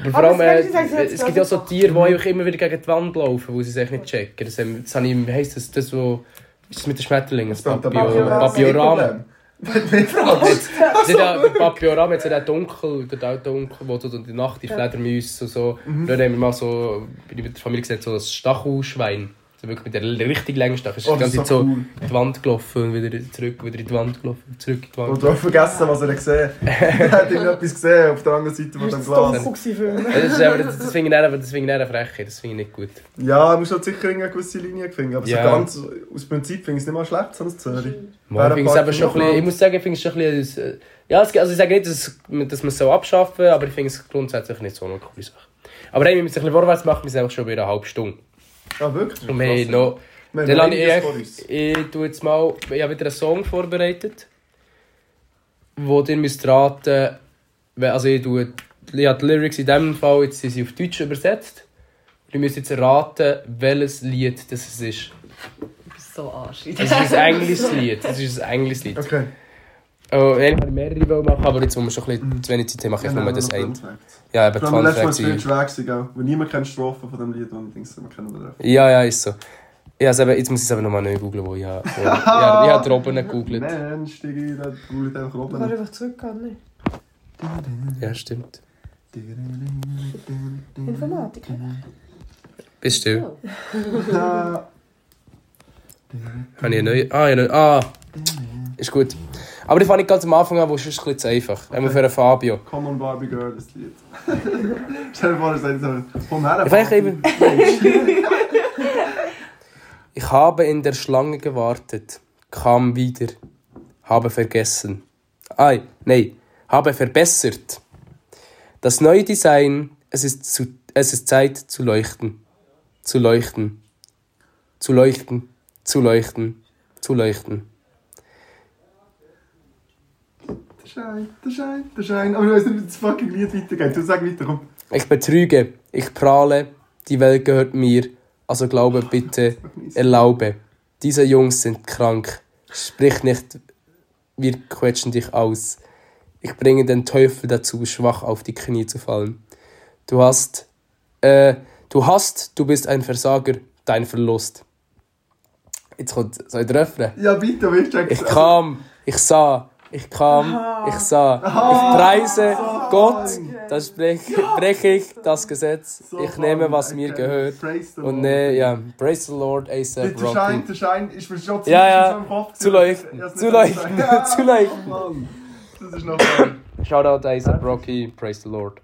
Speaker 4: Aber vor
Speaker 6: Aber
Speaker 4: allem,
Speaker 6: das
Speaker 4: äh,
Speaker 6: Menschen sagen, sie haben
Speaker 4: es
Speaker 6: es
Speaker 4: gibt ja auch so
Speaker 6: gemacht.
Speaker 4: Tiere, die euch immer wieder gegen die Wand laufen, wo sie es echt nicht checken. Das, haben- das habe ich, wie heisst das, das, wo... Ist das mit den Schmetterlingen? Das
Speaker 5: Papio-
Speaker 4: Papio-
Speaker 5: Papio-
Speaker 4: Papioram.
Speaker 5: Wenn du fragst.
Speaker 4: Das ist ja- Bei Papioram hat es ja den Dunkel, den auch Dunkel, wo du in der Nacht die Fledermäuse und so...
Speaker 5: Mhm.
Speaker 4: Dort haben wir mal so, bin ich mit der Familie gesehen, so ein Stachelschwein. So wirklich mit der l- richtig langen Stachel. Es ist
Speaker 5: Oh,
Speaker 4: die
Speaker 5: das
Speaker 4: ganze Zeit
Speaker 5: ist so
Speaker 4: so
Speaker 5: cool.
Speaker 4: in die Wand gelaufen und wieder zurück, wieder in die Wand gelaufen, zurück in die
Speaker 5: Und
Speaker 4: Wand.
Speaker 5: du hast vergessen, was er gesehen hat. Er hat irgendetwas gesehen auf der anderen Seite von
Speaker 6: Das
Speaker 5: dem
Speaker 6: war
Speaker 5: Glas.
Speaker 6: dunkel für
Speaker 4: Das, ist, aber- das, das finde ich dann- das finde ich dann eine Frechheit, das finde ich nicht gut.
Speaker 5: Ja, man muss halt sicher irgendeine gewisse Linie finden. Aber
Speaker 4: Ja.
Speaker 5: so ganz aus Prinzip finde ich es nicht mal schlecht, so ein Zöri.
Speaker 4: Mal, ich, find's eben schon ein bisschen, ich muss sagen, ich finde es schon ein bisschen. äh, Ja, es, gibt- also ich sage nicht, dass, dass man es so abschaffen aber ich finde es grundsätzlich nicht so eine coole Sache. Aber hey, wir müssen ein bisschen vorwärts machen, wir sind einfach schon bei einer halben Stunde.
Speaker 5: Ja, wirklich.
Speaker 4: Und wir haben noch.
Speaker 5: Wir haben
Speaker 4: Dann lasse
Speaker 5: einiges vor uns.
Speaker 4: ich, ich, ich tue jetzt mal. Ich habe wieder einen Song vorbereitet, wo ihr müsst raten. wer- Also ich, tue, ich habe die Lyrics in diesem Fall, jetzt sind sie auf Deutsch übersetzt. Und ihr müsst jetzt raten, welches Lied das es ist.
Speaker 7: Du bist so arschig.
Speaker 4: Es ist ein englisches Lied. Es ist ein englisches Lied.
Speaker 5: Okay.
Speaker 4: Oh, ich wollte mehrere wollen machen, aber jetzt, wo wir schon ein bisschen zu wenig Zeit haben, mache ich nur das ein. Ja, eben
Speaker 5: Genau, Wir haben letztes
Speaker 4: 20
Speaker 5: Mal Spirit
Speaker 4: Jahre.
Speaker 5: Tracks gegeben, wo niemand kennt die Strophen von dem Lied, und ich denke, wir kennen wir drauf.
Speaker 4: Ja, ja, ist so. Ja, also eben, jetzt muss ich es aber nochmal neu googeln, wo ich habe. wo- Ich habe ich habe da oben gegoogelt.
Speaker 5: Mensch, Digi, da googelt einfach
Speaker 6: Du kannst
Speaker 5: oben.
Speaker 6: einfach zurückgehen, nicht?
Speaker 4: Ja, stimmt.
Speaker 6: Informatik, ne?
Speaker 4: Bist still.
Speaker 7: Oh.
Speaker 5: Ja.
Speaker 4: Habe ich eine neue. Ah, ja, neue. Ah! Ist gut. Aber die fand ich ganz am Anfang an, wo es ist ein bisschen zu einfach. Einmal für einen Fabio.
Speaker 5: Come on Barbie Girl, das Lied. Stell dir vor, ich sage so, komm her.
Speaker 4: Ich weiß
Speaker 5: Barbie.
Speaker 4: eben. Ich habe in der Schlange gewartet, kam wieder, habe vergessen. Ei, nein, habe verbessert. Das neue Design, es ist, zu, es ist Zeit zu leuchten. Zu leuchten. Zu leuchten. Zu leuchten. Zu leuchten.
Speaker 5: Der Schein, der Schein, der Schein. Aber ich weiß nicht, wie das fucking Lied weitergeht. Du sag weiter, komm.
Speaker 4: Ich betrüge, ich prahle, die Welt gehört mir, also glaube bitte, erlaube. Diese Jungs sind krank, sprich nicht, wir quetschen dich aus. Ich bringe den Teufel dazu, schwach auf die Knie zu fallen. Du hast, äh, du hast, du bist ein Versager, dein Verlust. Jetzt kommt, soll ich den Refrain?
Speaker 5: Ja, bitte, also aber ich check's.
Speaker 4: Ich kam, ich sah, ich kam, ich sah. Ich preise Gott, da spreche breche ich das Gesetz.
Speaker 5: So
Speaker 4: Ich nehme, was
Speaker 5: fun.
Speaker 4: mir
Speaker 5: Okay.
Speaker 4: gehört.
Speaker 5: Praise the
Speaker 4: Und
Speaker 5: Lord.
Speaker 4: ne, ja, praise the Lord,
Speaker 5: Nicht
Speaker 4: ASAP
Speaker 5: der Schein,
Speaker 4: Rocky.
Speaker 5: der Schein ist mir schon zu
Speaker 4: Ja,
Speaker 5: ist
Speaker 4: ja.
Speaker 5: mir schon im Kopf
Speaker 4: Zu
Speaker 5: gewesen.
Speaker 4: leuchten,
Speaker 5: Ich hab's
Speaker 4: zu
Speaker 5: nicht
Speaker 4: leuchten,
Speaker 5: gesagt.
Speaker 4: zu leuchten.
Speaker 5: Ja, Mann. Das ist noch fun.
Speaker 4: Shoutout ASAP Rocky, praise the Lord.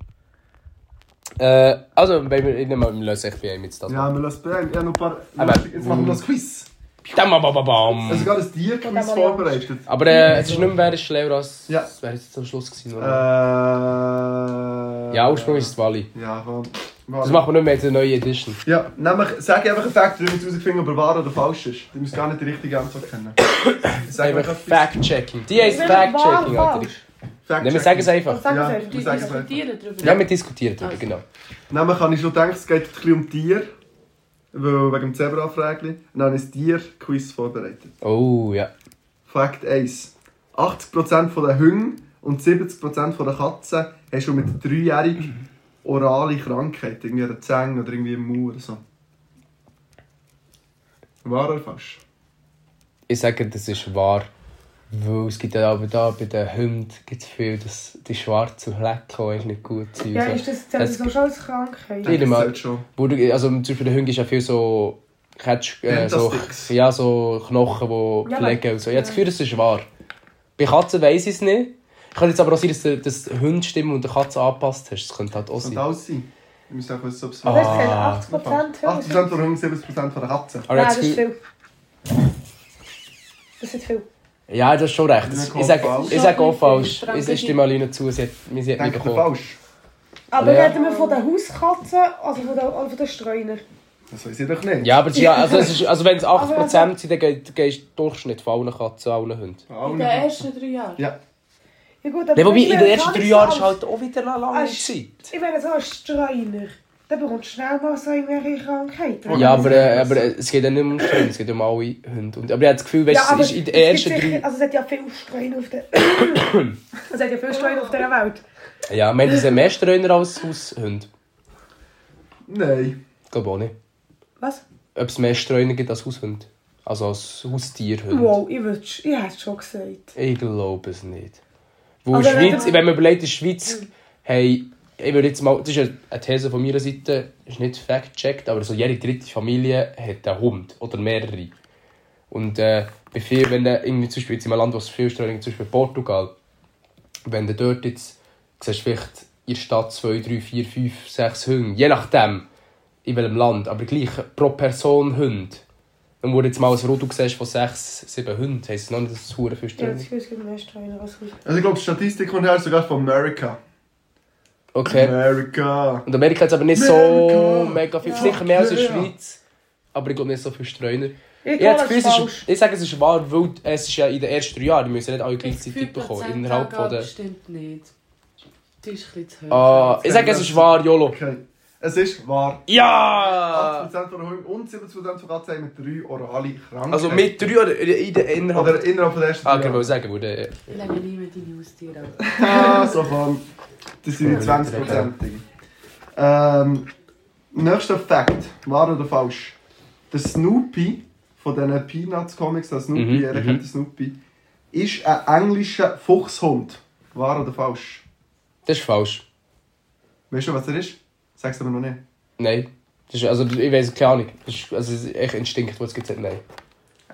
Speaker 4: Äh, also, wenn wir, ich nehme mal, löse ich bei ihm jetzt das.
Speaker 5: Ja, wir lassen bleiben. Ich hab noch ein paar...
Speaker 4: Aber-
Speaker 5: Jetzt machen wir noch ein Quiz.
Speaker 4: Bam, bam, bam, bam.
Speaker 5: Also gerade das Tier-Quiz vorbereitet.
Speaker 4: Aber äh, es ist nicht mehr wer ist schlauer als.
Speaker 5: Ja.
Speaker 4: Das wäre jetzt am Schluss gewesen. oder?
Speaker 5: Äh...
Speaker 4: ja, ursprünglich ist es Wally.
Speaker 5: Ja, komm.
Speaker 4: Das machen wir nicht mehr in der neuen Edition.
Speaker 5: Ja, nämlich, sag einfach einen Fakt, damit wir herausfinden, ob er wahr oder falsch ist. Du musst gar nicht die richtige Antwort kennen. Sag
Speaker 4: Einfach Fact-Checking. Die heißt
Speaker 6: Ich will
Speaker 4: Fact-Checking,
Speaker 6: wahr,
Speaker 4: Alter.
Speaker 6: falsch.
Speaker 5: Fact
Speaker 4: Nein, wir sagen es einfach.
Speaker 6: Sag
Speaker 5: Ja.
Speaker 6: es erst.
Speaker 5: Du
Speaker 7: Die
Speaker 5: sagst es einfach.
Speaker 7: diskutieren darüber.
Speaker 4: Ja, wir diskutieren darüber,
Speaker 7: Also.
Speaker 4: genau.
Speaker 5: Nämlich habe ich schon gedacht, es geht ein bisschen um Tier. Weil wegen dem Zebra-Fragli. Und dann habe ich ein Tier-Quiz vorbereitet.
Speaker 4: Oh, ja.
Speaker 5: Fakt 1. 80% der Hunde und 70% der Katzen haben schon mit 3-jährig orale Krankheit. Irgendwie eine Zähne oder irgendwie im Mund oder so. Wahr oder falsch?
Speaker 4: Ich sage, das ist wahr. Weil es gibt ja aber da bei den Hunden gibt's viel, dass die schwarzen Flecken eigentlich nicht gut sind.
Speaker 6: Ja,
Speaker 4: und
Speaker 6: ist das
Speaker 4: Das-
Speaker 6: sowieso schon als Krankheit?
Speaker 4: Jedes Mal.
Speaker 5: Das zählt schon.
Speaker 4: Wo du, also zum Beispiel der Hund ist ja viel so Kennst du, äh, so,
Speaker 5: Dentasticks.
Speaker 4: ja, so Knochen, die
Speaker 6: Ja,
Speaker 4: pflegen und so. Ich habe das
Speaker 6: ja.
Speaker 4: Gefühl, das ist wahr. Bei Katzen weiss ich es nicht. Ich kann jetzt aber auch sein, dass du das Hundstimmen und der Katze angepasst hast. Das könnte halt auch
Speaker 5: Und
Speaker 4: sein.
Speaker 5: alles sein. Ich muss auch wissen, ob es
Speaker 4: Ah. Ah,
Speaker 6: Weißt du, es hat 80% Hörer.
Speaker 5: 80% von den Hunden, 70% von der Katze.
Speaker 4: Aber
Speaker 6: Nein,
Speaker 4: ich habe
Speaker 6: das
Speaker 4: das
Speaker 6: ist
Speaker 4: Gefühl-
Speaker 6: viel. Das ist viel.
Speaker 4: Ja, das ist schon recht. Das-
Speaker 5: Ich
Speaker 4: Ich sage
Speaker 5: hoffe
Speaker 4: ich sag auch
Speaker 7: falsch.
Speaker 4: falsch. Ich stimme Alina zu, sie hat, sie hat mich
Speaker 5: Denkt ihr
Speaker 4: bekommen.
Speaker 5: falsch?
Speaker 6: Aber
Speaker 4: Ja.
Speaker 6: reden wir von den Hauskatzen oder von den, oder von den Streunern?
Speaker 5: Das weiß ich doch nicht.
Speaker 4: Ja, aber sie, also, es ist, also wenn es 80%
Speaker 6: Aber
Speaker 4: sind, dann geht- gehst du Durchschnitt von allen Katzen, allen Hunden.
Speaker 5: Alle
Speaker 7: In den
Speaker 5: Katzen.
Speaker 7: ersten drei Jahren.
Speaker 5: Ja.
Speaker 6: Ja, gut, aber
Speaker 4: Nee, wobei,
Speaker 6: wenn
Speaker 4: in
Speaker 6: man
Speaker 4: den ersten
Speaker 6: gar
Speaker 4: drei
Speaker 6: nicht
Speaker 4: Jahren
Speaker 6: so
Speaker 4: ist halt auch wieder eine lange
Speaker 6: Als-
Speaker 4: Zeit.
Speaker 6: Ich meine, so ein Streuner, der bekommt schnell mal so irgendwelche Krankheiten.
Speaker 4: Ja, aber, äh, aber es geht ja nicht um Hunde, es geht um alle Hunde. Und, aber ich habe das Gefühl, weißt,
Speaker 6: Ja, aber
Speaker 4: es ist in den
Speaker 6: es gibt
Speaker 4: ersten
Speaker 6: sicher-
Speaker 4: drei...
Speaker 6: Also, es hat ja viel Streuner auf der... es hat ja viel Streuner auf der Welt.
Speaker 4: Ja, wir haben diese mehr Streuner als Haushunde.
Speaker 5: Nein.
Speaker 4: Ich glaube auch nicht.
Speaker 6: Was?
Speaker 4: Ob es mehr Streuner gibt als Haushunde. Also als Haustierhunde.
Speaker 6: Wow, ich, würd, ich hätte es schon gesagt.
Speaker 4: Ich glaube es nicht. Wo
Speaker 6: Also wenn
Speaker 4: Schweiz,
Speaker 6: du- Hm.
Speaker 4: wenn man überlegt, in der Schweiz, hey, ich würde jetzt mal, das ist eine- eine These von meiner Seite, ist nicht fact-checkt, aber so jede dritte Familie hat einen Hund oder mehrere. Und äh, bei vielen, wenn du irgendwie zum Beispiel jetzt in einem Land, wo es viel Streuner gibt, zum Beispiel Portugal, wenn du dort jetzt, siehst du vielleicht in der Stadt 2, 3, 4, 5, 6 Hunde, je nachdem, in welchem Land, aber gleich pro Person Hund. Dann wurde jetzt mal ein Rudel siehst von 6, 7 Hunden, heisst es noch nicht, dass es verdammt viel
Speaker 6: Ich habe
Speaker 4: Streuner
Speaker 6: das
Speaker 4: gibt.
Speaker 6: Gefühl, es gibt mehr Streuner als Hauskatzen.
Speaker 5: Also ich glaube, die Statistik kommt her sogar von Amerika.
Speaker 4: Okay.
Speaker 5: Amerika.
Speaker 4: Und Amerika hat aber nicht so
Speaker 5: Amerika.
Speaker 4: mega viel.
Speaker 5: Ja.
Speaker 4: Sicher mehr als in der
Speaker 5: Ja, ja.
Speaker 4: Schweiz. Aber ich glaube nicht so viel Streuner. Ich,
Speaker 6: Ich
Speaker 4: habe
Speaker 6: glaube,
Speaker 4: das
Speaker 6: das ist
Speaker 4: Gefühl, es
Speaker 6: falsch.
Speaker 4: ist, ich sage, es ist wahr, weil es ist ja in den ersten drei Jahren, die müssen nicht alle
Speaker 7: Ich habe das
Speaker 4: gleichzeitig
Speaker 7: Gefühl,
Speaker 4: bekommen.
Speaker 7: die
Speaker 4: Innerhalb von
Speaker 7: Prozentangabe
Speaker 4: der...
Speaker 7: stimmt nicht. Die ist ein bisschen zu hoch.
Speaker 4: Ah, ich sage, es ist wahr, YOLO.
Speaker 5: Okay. Es ist wahr.
Speaker 4: Ja!
Speaker 5: 80% von den Hunden und 70% von Katzen haben mit drei orale Krankheiten.
Speaker 4: Also mit drei oder in der
Speaker 5: Oder
Speaker 4: innerhalb...
Speaker 5: innerhalb der ersten
Speaker 4: Ah,
Speaker 5: drei
Speaker 4: genau,
Speaker 5: Jahre.
Speaker 4: sagen würde.
Speaker 7: Lege nie mehr deine Haustiere an.
Speaker 5: Ah, so von... Das sind die 20%igen. Ähm... Nächster Fact. Wahr oder falsch? Der Snoopy von diesen Peanuts-Comics, der Snoopy,
Speaker 4: Mhm,
Speaker 5: jeder
Speaker 4: mhm.
Speaker 5: kennt den Snoopy, ist ein englischer Fuchshund. Wahr oder falsch?
Speaker 4: Das ist falsch.
Speaker 5: Weißt du, was er ist? Sag's aber noch nicht.
Speaker 4: Nein. Das ist, also, ich weiß keine Ahnung. Das ist, also, es ist echt Instinkt, was es gibt. Nein.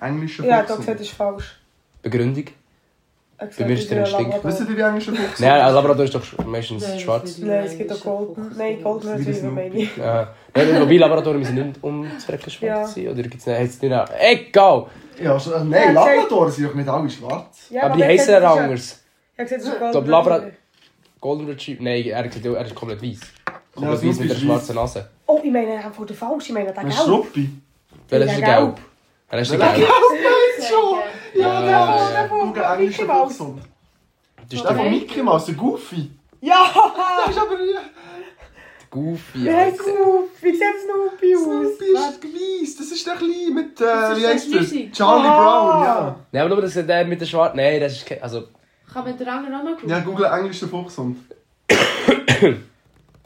Speaker 5: Englischer
Speaker 6: Ja, das
Speaker 5: Fuchshund.
Speaker 6: gesagt, es ist falsch.
Speaker 4: Begründung?
Speaker 6: Ich hab gesagt,
Speaker 4: mir
Speaker 6: es
Speaker 4: ist der
Speaker 6: ein
Speaker 4: Instinkt.
Speaker 6: Labrador.
Speaker 5: Wisst ihr, wie englischer Fuchshund
Speaker 4: Nein, ein Labrador ist doch meistens
Speaker 7: Nein, das
Speaker 4: schwarz.
Speaker 7: würde ich
Speaker 6: Nein, es gibt auch Golden.
Speaker 7: Fuchs.
Speaker 6: Nein, Golden
Speaker 5: Wie das
Speaker 6: Retriever, meine ich.
Speaker 4: Ja. Äh, Nein, wobei Laboratorien sind nicht um das Verrecken schwarz ja. oder gibt's nicht, heisst nicht auch. Egal!
Speaker 5: Ja, so, äh,
Speaker 6: Ja,
Speaker 5: nein, Labrador
Speaker 6: zeig.
Speaker 5: sind doch nicht alle schwarz.
Speaker 6: Ja,
Speaker 4: aber die
Speaker 6: ich hab
Speaker 4: heißen
Speaker 6: gesagt,
Speaker 4: ja
Speaker 6: es ist ein-
Speaker 4: anders.
Speaker 6: Ich habe gesagt, es ist ein
Speaker 4: glaub,
Speaker 6: Golden
Speaker 4: Labra-
Speaker 6: Retriever.
Speaker 4: Golden Retriever, nein, er, hat gesagt, er ist komplett weiß.
Speaker 5: Ja,
Speaker 4: Komplett
Speaker 5: Snoopy
Speaker 4: weiß mit der
Speaker 5: ist
Speaker 4: schwarzen Nase.
Speaker 6: Oh, ich meine einfach den falsch. Ich meine den
Speaker 5: Das ist
Speaker 6: gelb.
Speaker 5: Schruppi.
Speaker 4: Welches ist
Speaker 6: Ja,
Speaker 4: der
Speaker 6: gelb.
Speaker 4: gelb? Er ist der gelb. Ja, ja, ja.
Speaker 5: Guter englischer Fuchshund.
Speaker 4: Das ist
Speaker 5: Der
Speaker 4: der
Speaker 5: von Mickey Mouse, der Goofy.
Speaker 6: Ja!
Speaker 5: Das ist aber
Speaker 4: Goofy.
Speaker 6: Wer ist
Speaker 4: Alter.
Speaker 6: Snoopy? Wie sieht Snoopy aus?
Speaker 5: Snoopy ist gewiss. Das ist der Kleine mit, äh,
Speaker 7: Das ist
Speaker 5: wie
Speaker 7: der
Speaker 5: heißt das?
Speaker 7: Kleine.
Speaker 5: Charlie Brown,
Speaker 6: Aha.
Speaker 5: ja.
Speaker 4: Nein, aber nur, dass der mit der schwarzen. Nein, das ist kein. Also,
Speaker 7: Kann man den anderen auch noch schauen?
Speaker 5: Ja, google englischer Fuchshund.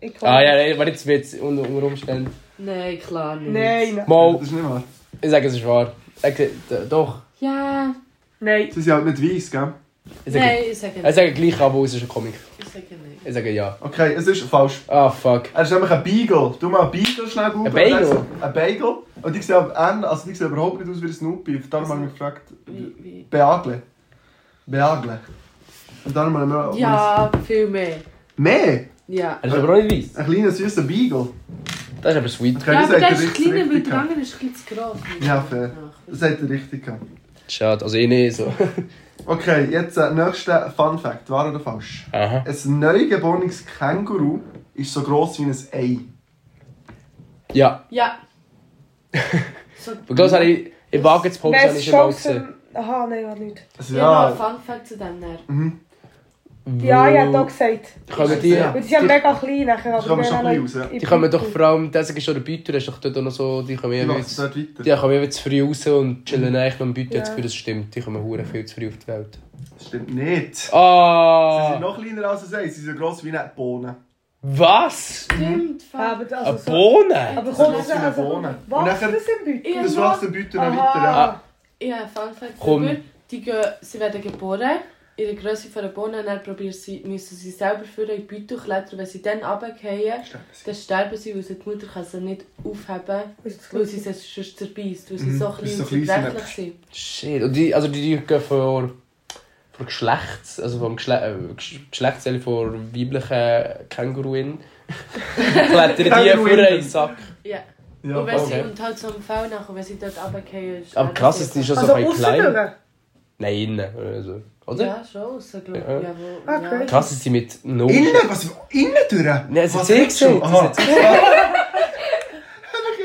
Speaker 6: Ich glaub-
Speaker 4: ah ja, nein, warte, jetzt wird es unter, unter Umständen.
Speaker 7: Nein, klar nicht.
Speaker 6: Nein, nein.
Speaker 4: Mal,
Speaker 5: Das ist nicht wahr.
Speaker 4: ich sage, es ist wahr. Er hat gesagt, äh, Doch.
Speaker 7: Ja.
Speaker 6: Nein.
Speaker 5: Sie sind halt nicht weiss, gell?
Speaker 4: Ich sage,
Speaker 7: Nein, ich sage
Speaker 4: Ich
Speaker 7: nicht.
Speaker 4: sage gleich, aber es ist ein Comic.
Speaker 7: Ich sage nicht.
Speaker 4: Ich sage ja.
Speaker 5: Okay, es ist falsch.
Speaker 4: Ah, fuck.
Speaker 5: Er ist nämlich ein Beagle. Du mal einen Beagle schnell googeln.
Speaker 4: Ein Beagle?
Speaker 5: Also, Ein Beagle. Und die sehen, an- also die sehen überhaupt nicht aus wie ein Snoopy. Darum habe ich mich gefragt.
Speaker 7: Wie, wie.
Speaker 5: Beagle. Beagle. Und darum haben wir...
Speaker 7: Ja, viel mehr.
Speaker 5: Mehr!
Speaker 7: Oh, Ja.
Speaker 4: Er ist aber auch nicht weiß.
Speaker 5: Ein kleiner süßer Beagle.
Speaker 4: Das ist aber sweet.
Speaker 5: Okay,
Speaker 7: Ja,
Speaker 5: das
Speaker 7: aber
Speaker 5: hat
Speaker 7: der
Speaker 5: er
Speaker 7: ist
Speaker 5: richtig,
Speaker 7: kleiner, weil
Speaker 5: richtig
Speaker 7: der
Speaker 5: gehabt.
Speaker 7: andere ist ein bisschen zu gross.
Speaker 5: Ja, fair.
Speaker 7: Ach,
Speaker 5: Das hat er richtig gehabt.
Speaker 4: Schade, also ich nicht so.
Speaker 5: Okay, jetzt äh, nächster Fun Fact. Wahr oder falsch?
Speaker 4: Aha.
Speaker 5: Ein neugeborenes Känguru ist so gross wie ein Ei.
Speaker 4: Ja.
Speaker 7: Ja. So,
Speaker 4: Ich glaube, das habe ich, ich wage jetzt Pause, habe ich schon mal gesehen.
Speaker 6: Messerschausen. Aha, nein, hat nicht.
Speaker 5: Also,
Speaker 7: ja, ja. Mhm. noch
Speaker 5: ja,
Speaker 7: ein Fun Fact zu dem dann.
Speaker 6: Ja, ich habe auch gesagt.
Speaker 4: Kommen die,
Speaker 5: Ja.
Speaker 6: Weil sie sind mega klein. nachher, aber
Speaker 5: kommen
Speaker 6: wir
Speaker 5: schon
Speaker 6: haben
Speaker 5: klein
Speaker 6: alle-
Speaker 5: raus, ja.
Speaker 6: in
Speaker 4: die kommen doch
Speaker 6: Beutel.
Speaker 4: vor allem, das ist schon der Beutel, das ist doch dort auch noch so, die kommen
Speaker 5: ich
Speaker 4: ja
Speaker 5: lasse es
Speaker 4: jetzt,
Speaker 5: dort weiter.
Speaker 4: die kommen ja jetzt früh raus und chillen eigentlich noch im Beutel,
Speaker 6: Ja.
Speaker 4: jetzt für das stimmt, die kommen hure viel zu früh auf die Welt.
Speaker 5: Das stimmt nicht. Sie sind
Speaker 4: Ah,
Speaker 5: noch kleiner als ein Ei. Sie sind so gross wie eine Bohne.
Speaker 4: was?
Speaker 7: Stimmt, fuck.
Speaker 6: Ja, aber
Speaker 4: Eine
Speaker 6: also so.
Speaker 4: Bohne?
Speaker 6: Aber
Speaker 5: So
Speaker 6: kommt
Speaker 5: gross
Speaker 6: es
Speaker 5: wie eine
Speaker 6: also.
Speaker 5: Bohne. Und
Speaker 6: Was?
Speaker 5: nachher-
Speaker 6: Das sind Beutel.
Speaker 7: Dus
Speaker 5: Das
Speaker 4: Ah.
Speaker 5: wächst dann weiter noch weiter. Ja.
Speaker 6: Aha.
Speaker 7: Ja, Fun Fact
Speaker 4: Komm.
Speaker 7: darüber. Die gehen, sie werden geboren ihre Größe von der Bohne und dann probieren sie, müssen sie selber für in die Beutel klettern. Wenn sie dann runterfallen,
Speaker 5: Sterben sie.
Speaker 7: dann sterben sie, weil sie die Mutter kann sie nicht aufheben
Speaker 6: Weil sie zu
Speaker 7: weil
Speaker 6: klein
Speaker 7: sie sie sonst zerbeißt, weil sie so
Speaker 5: Mhm. weil
Speaker 7: klein
Speaker 5: sie
Speaker 7: und
Speaker 5: so klein sind,
Speaker 7: zerbrechlich sind.
Speaker 4: Shit. Und die, also die, die gehen von, von Geschlechts, also vom Geschle äh, Gesch- Geschlechtsteil von weiblichen Känguruin. Klettern die vor
Speaker 5: Känguruinen.
Speaker 4: einen Sack.
Speaker 7: Ja.
Speaker 5: Ja,
Speaker 7: und, wenn
Speaker 5: voll.
Speaker 7: sie,
Speaker 4: okay.
Speaker 7: und halt so am Fell nachher, wenn sie dort runterfallen,
Speaker 4: Aber
Speaker 7: sterben
Speaker 4: krass
Speaker 7: sie
Speaker 4: ist die
Speaker 7: einfach.
Speaker 4: schon so
Speaker 6: Also
Speaker 4: ein bisschen klein.
Speaker 6: aussen
Speaker 4: Nein, innen. Also, oder?
Speaker 7: Ja, schon raus, glaube ich.
Speaker 4: Ja.
Speaker 7: Ja. wo,
Speaker 6: Ah, Okay.
Speaker 7: ja.
Speaker 4: Krass ist sie mit null.
Speaker 5: Innen? Was? Innen durch?
Speaker 4: Nein, sie hat
Speaker 5: Was
Speaker 4: sie
Speaker 5: redest du?
Speaker 4: gesehen.
Speaker 5: Aha.
Speaker 4: Sie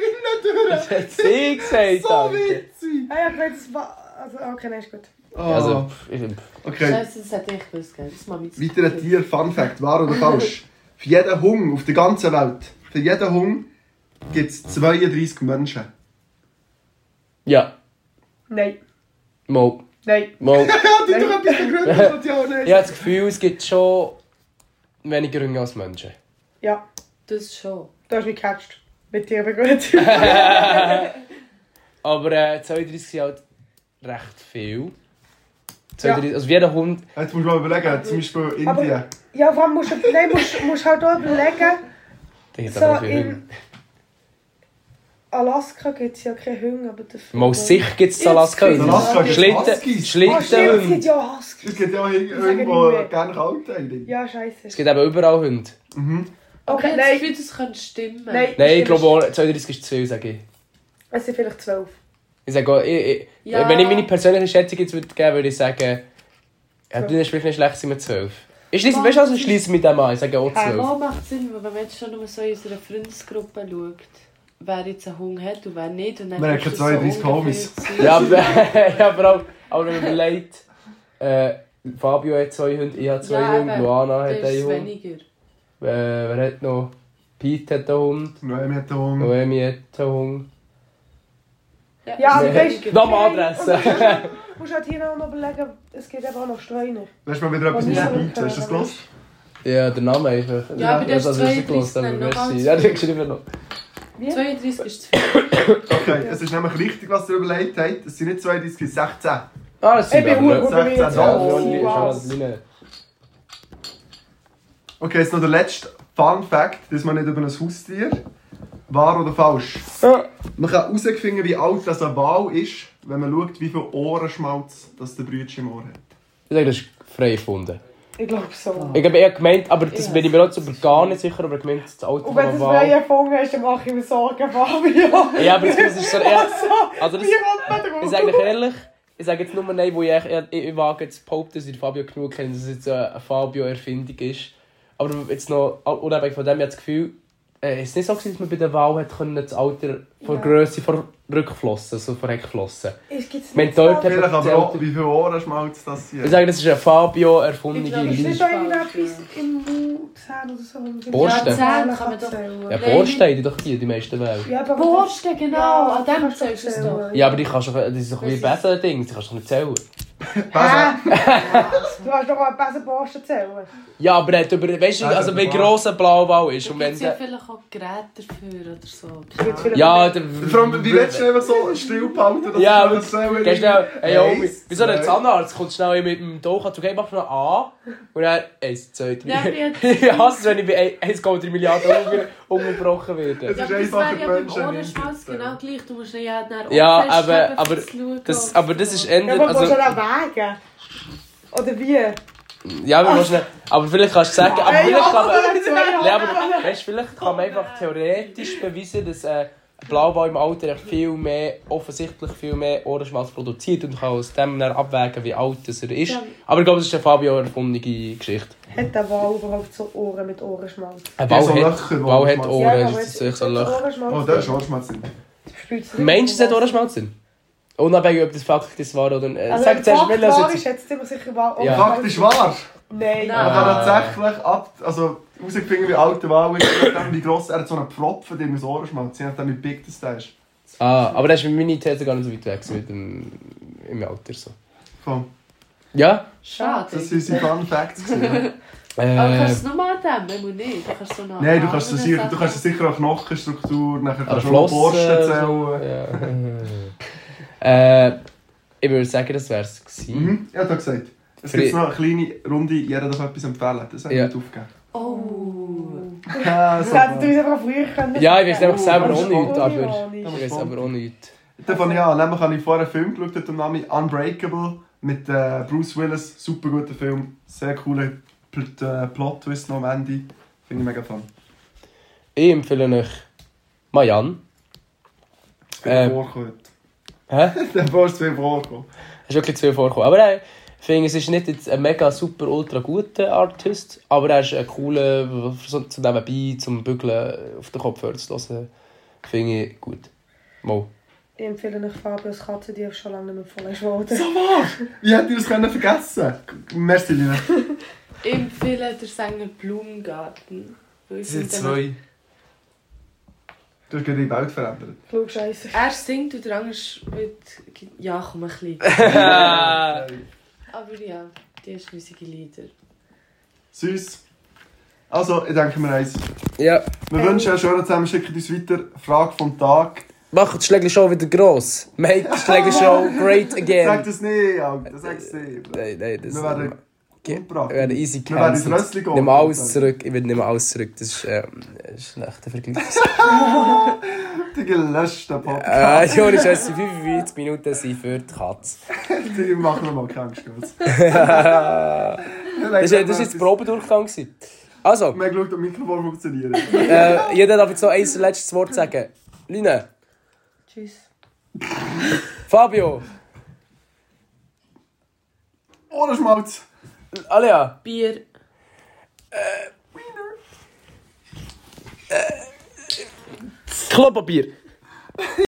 Speaker 5: Innen
Speaker 4: Das hat sie gesagt,
Speaker 5: durch! So
Speaker 4: Alter.
Speaker 5: witzig!
Speaker 6: Ah ja, vielleicht das war... Also, okay, nein, ist gut.
Speaker 4: Also,
Speaker 5: Also,
Speaker 4: pff, ich-
Speaker 5: okay.
Speaker 7: Scheiße, das hätte ich gewusst, gell? Das macht mich
Speaker 5: Weiter ein Tier, Fun Fact, wahr oder falsch? Für jeden Hung auf der ganzen Welt, für jeden Hung gibt es 32 Menschen.
Speaker 4: ja,
Speaker 6: Nein,
Speaker 4: mal,
Speaker 6: nein.
Speaker 4: mal.
Speaker 5: Ja, die doch etwas begründet, was die auch nicht.
Speaker 4: Ich habe das Gefühl, es gibt schon weniger Hunger als Menschen.
Speaker 6: Ja,
Speaker 7: Das schon.
Speaker 6: du hast mich gecatcht. Mit dir aber gut. ja,
Speaker 4: Aber äh, 32 sind halt recht viel. 32, Also wie jeder Hund.
Speaker 5: Jetzt musst du mal überlegen, zum Beispiel Indien.
Speaker 6: Aber- vor allem musst du, nein, musst, musst halt auch überlegen,
Speaker 4: Der hat
Speaker 6: So,
Speaker 4: aber viel
Speaker 6: in-
Speaker 4: Hunger.
Speaker 6: Alaska gibt es ja keine Hunger, aber dafür...
Speaker 4: Mal sicher gibt es Alaska.
Speaker 7: In
Speaker 5: Alaska gibt's
Speaker 4: Schlitten,
Speaker 5: Huskies.
Speaker 6: Ah, stimmt, es gibt
Speaker 4: Schlitten.
Speaker 6: ja Husky.
Speaker 5: Es gibt ja auch hier
Speaker 6: sage
Speaker 5: irgendwo
Speaker 6: nicht mehr.
Speaker 5: gerne kalt eigentlich.
Speaker 6: Ja, scheiße.
Speaker 4: Es gibt eben überall Hunde.
Speaker 6: Okay,
Speaker 7: Okay,
Speaker 6: nein.
Speaker 7: das Gefühl, das könnte stimmen.
Speaker 6: Nein,
Speaker 4: Nein, ich
Speaker 6: stimmt.
Speaker 4: glaube, auch 32 ist zu viel, sage ich.
Speaker 6: Es sind vielleicht zwölf.
Speaker 4: Ich sage auch, ich, ich,
Speaker 7: Ja.
Speaker 4: wenn ich meine persönliche Schätzung jetzt würde geben, würde ich sagen, ja, du sprichst nicht schlecht, sind wir 12. Ich schließe, weißt du, also ich schließe mit dem an, ich sage auch 12.
Speaker 7: Wo macht es Sinn, weil wenn man jetzt schon nur so in unserer Freundesgruppe schaut, wer jetzt einen Hunger hat und wer nicht. Und dann
Speaker 5: Wir haben
Speaker 7: ist
Speaker 5: keine
Speaker 7: das so
Speaker 5: 32
Speaker 7: ungefähr
Speaker 5: Homies.
Speaker 7: gewesen.
Speaker 4: Ja, aber, ja, aber auch, aber wenn man überlegt, äh, Fabio hat zwei Hunde, ich habe zwei
Speaker 7: Ja,
Speaker 4: Hunde,
Speaker 7: eben.
Speaker 4: Luana
Speaker 7: Dann
Speaker 4: hat
Speaker 7: ist es
Speaker 4: einen Hund. Äh,
Speaker 7: weniger.
Speaker 4: wer hat noch? Pete hat einen Hund,
Speaker 5: Nein, wir hatten Hunger.
Speaker 4: Noemi hat einen Hund.
Speaker 6: Ja, aber
Speaker 7: es
Speaker 6: weißt-
Speaker 7: weniger.
Speaker 4: Nochmal
Speaker 6: Nein,
Speaker 4: Adresse!
Speaker 6: Du musst halt hier nou auch noch überlegen, es gibt eben auch noch Streuner.
Speaker 5: Lass mal wieder etwas
Speaker 6: Und
Speaker 5: mit
Speaker 6: wir
Speaker 5: der
Speaker 6: haben
Speaker 5: Beiz, hast du das
Speaker 6: keine
Speaker 5: gehört?
Speaker 4: Ja, der Name einfach.
Speaker 7: Ja, aber der ist
Speaker 4: also, das
Speaker 7: 32
Speaker 4: rausgelassen, aber
Speaker 7: dann noch
Speaker 4: merci.
Speaker 7: ganz
Speaker 4: Ja,
Speaker 7: viel.
Speaker 4: den geschrieben noch.
Speaker 7: 32 ist zu viel.
Speaker 5: Okay, es ist nämlich richtig, was ihr überlegt habt. Es sind nicht 32, es sind 16.
Speaker 4: Ah, das
Speaker 6: Ich
Speaker 4: sind
Speaker 6: bin
Speaker 4: aber
Speaker 6: Uhr,
Speaker 4: nicht.
Speaker 6: wo bin ich jetzt?
Speaker 4: Ja,
Speaker 5: Oh,
Speaker 4: schon die-
Speaker 6: was?
Speaker 4: schon die Linie.
Speaker 5: Okay, jetzt noch der letzte Fun Fact, dass man nicht über ein Haustier. Wahr oder falsch? Man kann herausfinden, wie alt das ein Wal ist, wenn man schaut, wie viel Ohrenschmalz das der Brütchen im Ohr hat.
Speaker 4: Ich sage, das ist frei gefunden.
Speaker 6: Ich glaube so.
Speaker 4: Ich habe eher gemeint, aber das
Speaker 7: Ja.
Speaker 4: bin ich mir auch so gar nicht sicher, aber ich gemeint, das Alter
Speaker 6: Und
Speaker 4: von
Speaker 6: wenn du es
Speaker 4: einem
Speaker 6: neu
Speaker 4: Wal.
Speaker 6: erfunden hast, dann mache ich mir Sorgen, Fabio.
Speaker 4: Ja, aber das ist so eher... Also das, Ich
Speaker 6: Wie
Speaker 4: sage
Speaker 6: kommt man
Speaker 4: euch
Speaker 6: drauf?
Speaker 4: ehrlich, ich sage jetzt nur nein, wo ich, ich, ich wage jetzt zu behaupten, dass ich Fabio genug kenne, dass es jetzt äh, eine Fabio-Erfindung ist. Aber jetzt noch, un- unabhängig von dem, ich habe das Gefühl, äh, es ist nicht so, gewesen, dass man bei der Wahl hat können, das Alter von
Speaker 6: Ja.
Speaker 4: Größe vor Rückflossen, also vor Heckflossen.
Speaker 6: Es gibt's
Speaker 4: Wenn
Speaker 6: nicht
Speaker 4: dort
Speaker 6: so-
Speaker 4: hat-
Speaker 5: Vielleicht aber auch, wie viel Ohrenschmalz das hier
Speaker 4: Ich
Speaker 5: hat.
Speaker 4: sage, das ist eine
Speaker 7: Ich
Speaker 4: Fabio-erfundene
Speaker 7: glaube, es
Speaker 6: Ist
Speaker 4: Idee.
Speaker 6: nicht
Speaker 7: Ja.
Speaker 6: irgendetwas im Mund, Zähne oder so? wo-
Speaker 4: Borsten.
Speaker 6: Ja, Zähne
Speaker 7: Zähne kann man doch-
Speaker 6: zählen.
Speaker 4: Ja,
Speaker 7: Nein.
Speaker 4: Borstein die doch die, die meisten Welt.
Speaker 6: Ja, aber-
Speaker 7: eh, Borsten, Nou, genau.
Speaker 6: Ja,
Speaker 7: An dem
Speaker 6: kannst du
Speaker 7: zählst du es doch.
Speaker 6: zählen.
Speaker 4: Ja, aber die kannst du, das ist doch wie
Speaker 7: Das
Speaker 4: ein
Speaker 7: ist-
Speaker 4: Besen-Ding, die kannst du nicht zählen.
Speaker 5: Besser.
Speaker 6: Ah. Du hast doch auch besser Borsten zählen.
Speaker 4: Ja, aber er hat über, weißt du,
Speaker 5: Ja, das
Speaker 4: also
Speaker 5: ist
Speaker 4: bei
Speaker 5: wahr.
Speaker 4: grosser Blauwau ist und
Speaker 7: Da gibt
Speaker 4: wenn
Speaker 7: es ja
Speaker 4: der...
Speaker 7: vielleicht auch Geräte dafür oder so.
Speaker 6: Gibt's vielleicht-
Speaker 4: Ja, der...
Speaker 5: Vor allem, wie willst du einfach so still behalten, dass
Speaker 4: Ja,
Speaker 5: du
Speaker 4: aber
Speaker 5: das selber
Speaker 4: geh schnell, hey Omi,
Speaker 5: Eins,
Speaker 4: wie so ein
Speaker 5: zwei.
Speaker 4: Zahnarzt kommt schnell ein mit dem Dolch zu gehen, macht noch an und dann eins, zwei,
Speaker 7: Ja,
Speaker 4: drei.
Speaker 7: wir-
Speaker 4: Ich hasse es, wenn ich bei ein- 1,3 Milliarden unter, unterbrochen werde.
Speaker 5: Das
Speaker 7: Ja,
Speaker 5: ist
Speaker 7: aber
Speaker 5: einfach
Speaker 7: das wäre
Speaker 5: für
Speaker 7: ja beim
Speaker 5: Menschen,
Speaker 7: Ohrenschmalz
Speaker 5: die nicht
Speaker 7: genau gleich. Du musst ihn ja dann
Speaker 4: Ja,
Speaker 7: auch festhalten,
Speaker 4: aber-
Speaker 7: um zu schauen,
Speaker 4: Das,
Speaker 7: ob-
Speaker 4: aber das ist ändert,
Speaker 6: Ja, aber du musst
Speaker 4: also,
Speaker 6: ja auch wägen. Oder wie?
Speaker 4: ja, wir müssen, aber vielleicht kannst du sagen, aber
Speaker 6: Ey,
Speaker 4: vielleicht kann man,
Speaker 6: oder zwei-
Speaker 4: ja, aber, weißt, vielleicht kann man einfach theoretisch beweisen, dass äh, Blauwau im Alter echt viel mehr, offensichtlich viel mehr Ohrenschmalz produziert und kann aus dem dann abwägen, wie alt das er ist.
Speaker 7: Ja.
Speaker 4: Aber ich glaube, das ist eine Fabio erfundene Geschichte.
Speaker 6: Hat der Wal überhaupt so Ohren mit Ohrenschmalz?
Speaker 4: Ein
Speaker 5: Ja,
Speaker 4: Bau
Speaker 5: so
Speaker 4: hat,
Speaker 5: Löcher, wo
Speaker 4: Bau
Speaker 5: man
Speaker 4: hat
Speaker 5: schmeißt.
Speaker 4: Ohren,
Speaker 6: Ja, aber
Speaker 4: das ist echt so ein
Speaker 6: jetzt-
Speaker 4: Loch.
Speaker 6: Ohrenschmalz-
Speaker 5: Oh, der ist Ohrenschmalz.
Speaker 6: Spürt's nicht.
Speaker 4: Meinst du, es hat Ohrenschmalz drin? Unabhängig, ob das faktisch war oder nicht.
Speaker 6: Also,
Speaker 4: Sag
Speaker 6: Sag
Speaker 4: zuerst, wir
Speaker 6: wenn Fakt
Speaker 4: lassen
Speaker 6: wahr ist,
Speaker 4: jetzt.
Speaker 6: hättest du immer sicher wahr.
Speaker 4: Ja.
Speaker 5: Fakt ist wahr. Man
Speaker 6: Nein.
Speaker 7: Nein.
Speaker 5: kann tatsächlich ab, also herausfinden, wie alt der Wal ist, je nachdem, wie gross er hat so einen Propfen, der ihm ins Ohrenschmalz, je nachdem, wie big das der ist.
Speaker 4: Ah, aber das ist mit meiner These gar nicht so weit weg gewesen mit dem, im Alter. So.
Speaker 5: Voll.
Speaker 4: Ja?
Speaker 7: Schade.
Speaker 5: Das waren unsere Fun Facts. gewesen.
Speaker 7: Aber
Speaker 4: Äh,
Speaker 7: kannst du es nur an dem, wenn du nicht? Du kannst so nah
Speaker 5: Nein, du kannst, so sicher, du kannst sicher auch Knochenstruktur, nachher
Speaker 4: an
Speaker 5: kannst du auch
Speaker 4: Flossen.
Speaker 5: Borsten
Speaker 4: so.
Speaker 5: zählen.
Speaker 4: Eh, Ja. äh, ich würde sagen, das wäre es gewesen.
Speaker 5: Hm? Mhm, ich habe gesagt. Es gibt so eine kleine Runde, jeder darf etwas empfehlen. Das habe ich
Speaker 4: Ja.
Speaker 5: nicht aufgegeben.
Speaker 7: Oh.
Speaker 5: Ah,
Speaker 6: Das hätten
Speaker 5: super.
Speaker 6: wir uns einfach früher können.
Speaker 4: Ja, ich weiß
Speaker 6: sagen.
Speaker 4: nämlich selber
Speaker 5: das
Speaker 4: auch
Speaker 5: ist
Speaker 4: nichts,
Speaker 6: voll
Speaker 4: aber...
Speaker 6: ironisch.
Speaker 4: Ich weiß aber auch nichts.
Speaker 5: Dann fange ich an. Nämlich habe ich vorher einen Film geschaut, mit dem Namen Unbreakable mit äh, Bruce Willis. Super guter Film. Sehr cooler Pl- äh, Plot-Twist noch am Ende. Finde ich mega fun.
Speaker 4: Ich empfehle euch Mayan.
Speaker 5: Das bin
Speaker 4: Ähm.
Speaker 5: ich vorgekommen.
Speaker 4: Hä?
Speaker 5: Davor ist es viel vorgekommen.
Speaker 4: ist wirklich zu viel vorgekommen. Aber nein, ich finde, es ist nicht jetzt ein mega super ultra guter Artist, aber er ist ein cooler, so zu nebenbei, zum Bügeln auf den Kopf zu lassen. Finde ich gut. Mal.
Speaker 6: Ich empfehle euch Fabius Katze, die ich schon lange nicht mehr voll wurde.
Speaker 5: So was? Wie hätte ich das können vergessen Merci, Lina.
Speaker 7: Ich empfehle den Sänger Blumengarten. Weil ich finde,
Speaker 5: Du hast gerade Dus die Welt verändert.
Speaker 6: Schau, scheisse.
Speaker 7: Er singt und der andere mit... Ja, komm, ein bisschen.
Speaker 4: Äh.
Speaker 7: Aber Ah, ja, die ist riesige Lieder.
Speaker 5: Süß. Also, ich denke mir eins.
Speaker 4: Ja,
Speaker 5: Wir wünschen einen schönen zusammen, schickt uns weiter. Frage vom Tag.
Speaker 4: macht die Schlägershow wieder gross. Make die Schlägershow great
Speaker 5: Sag
Speaker 4: again.
Speaker 5: das nicht,
Speaker 4: Äh,
Speaker 5: Alter. Sag es nicht. Wir
Speaker 4: Nein, nein, das
Speaker 5: werden umgebracht.
Speaker 4: Wir werden easy
Speaker 5: Wir werden ins
Speaker 4: gecancelt.
Speaker 5: Rössli gehen.
Speaker 4: Nimm alles zurück, ich will nicht mehr alles zurück. Das ist, ähm, das ist ein echter Vergleich.
Speaker 5: Die gelöschten Podcast.
Speaker 4: äh, Jori, es sind 55 Minuten sind für die Katze.
Speaker 5: Die machen wir mal keinen Sturz.
Speaker 4: Das war jetzt der Probedurchgang. gewesen. Also,
Speaker 5: Wir haben geschaut, ob das Mikrofon funktioniert.
Speaker 4: äh, jeder darf jetzt noch ein letztes Wort sagen. Line,
Speaker 6: Tschüss.
Speaker 4: Fabio,
Speaker 5: Ohrenschmalz.
Speaker 4: Alia,
Speaker 7: Bier.
Speaker 4: Klopapier.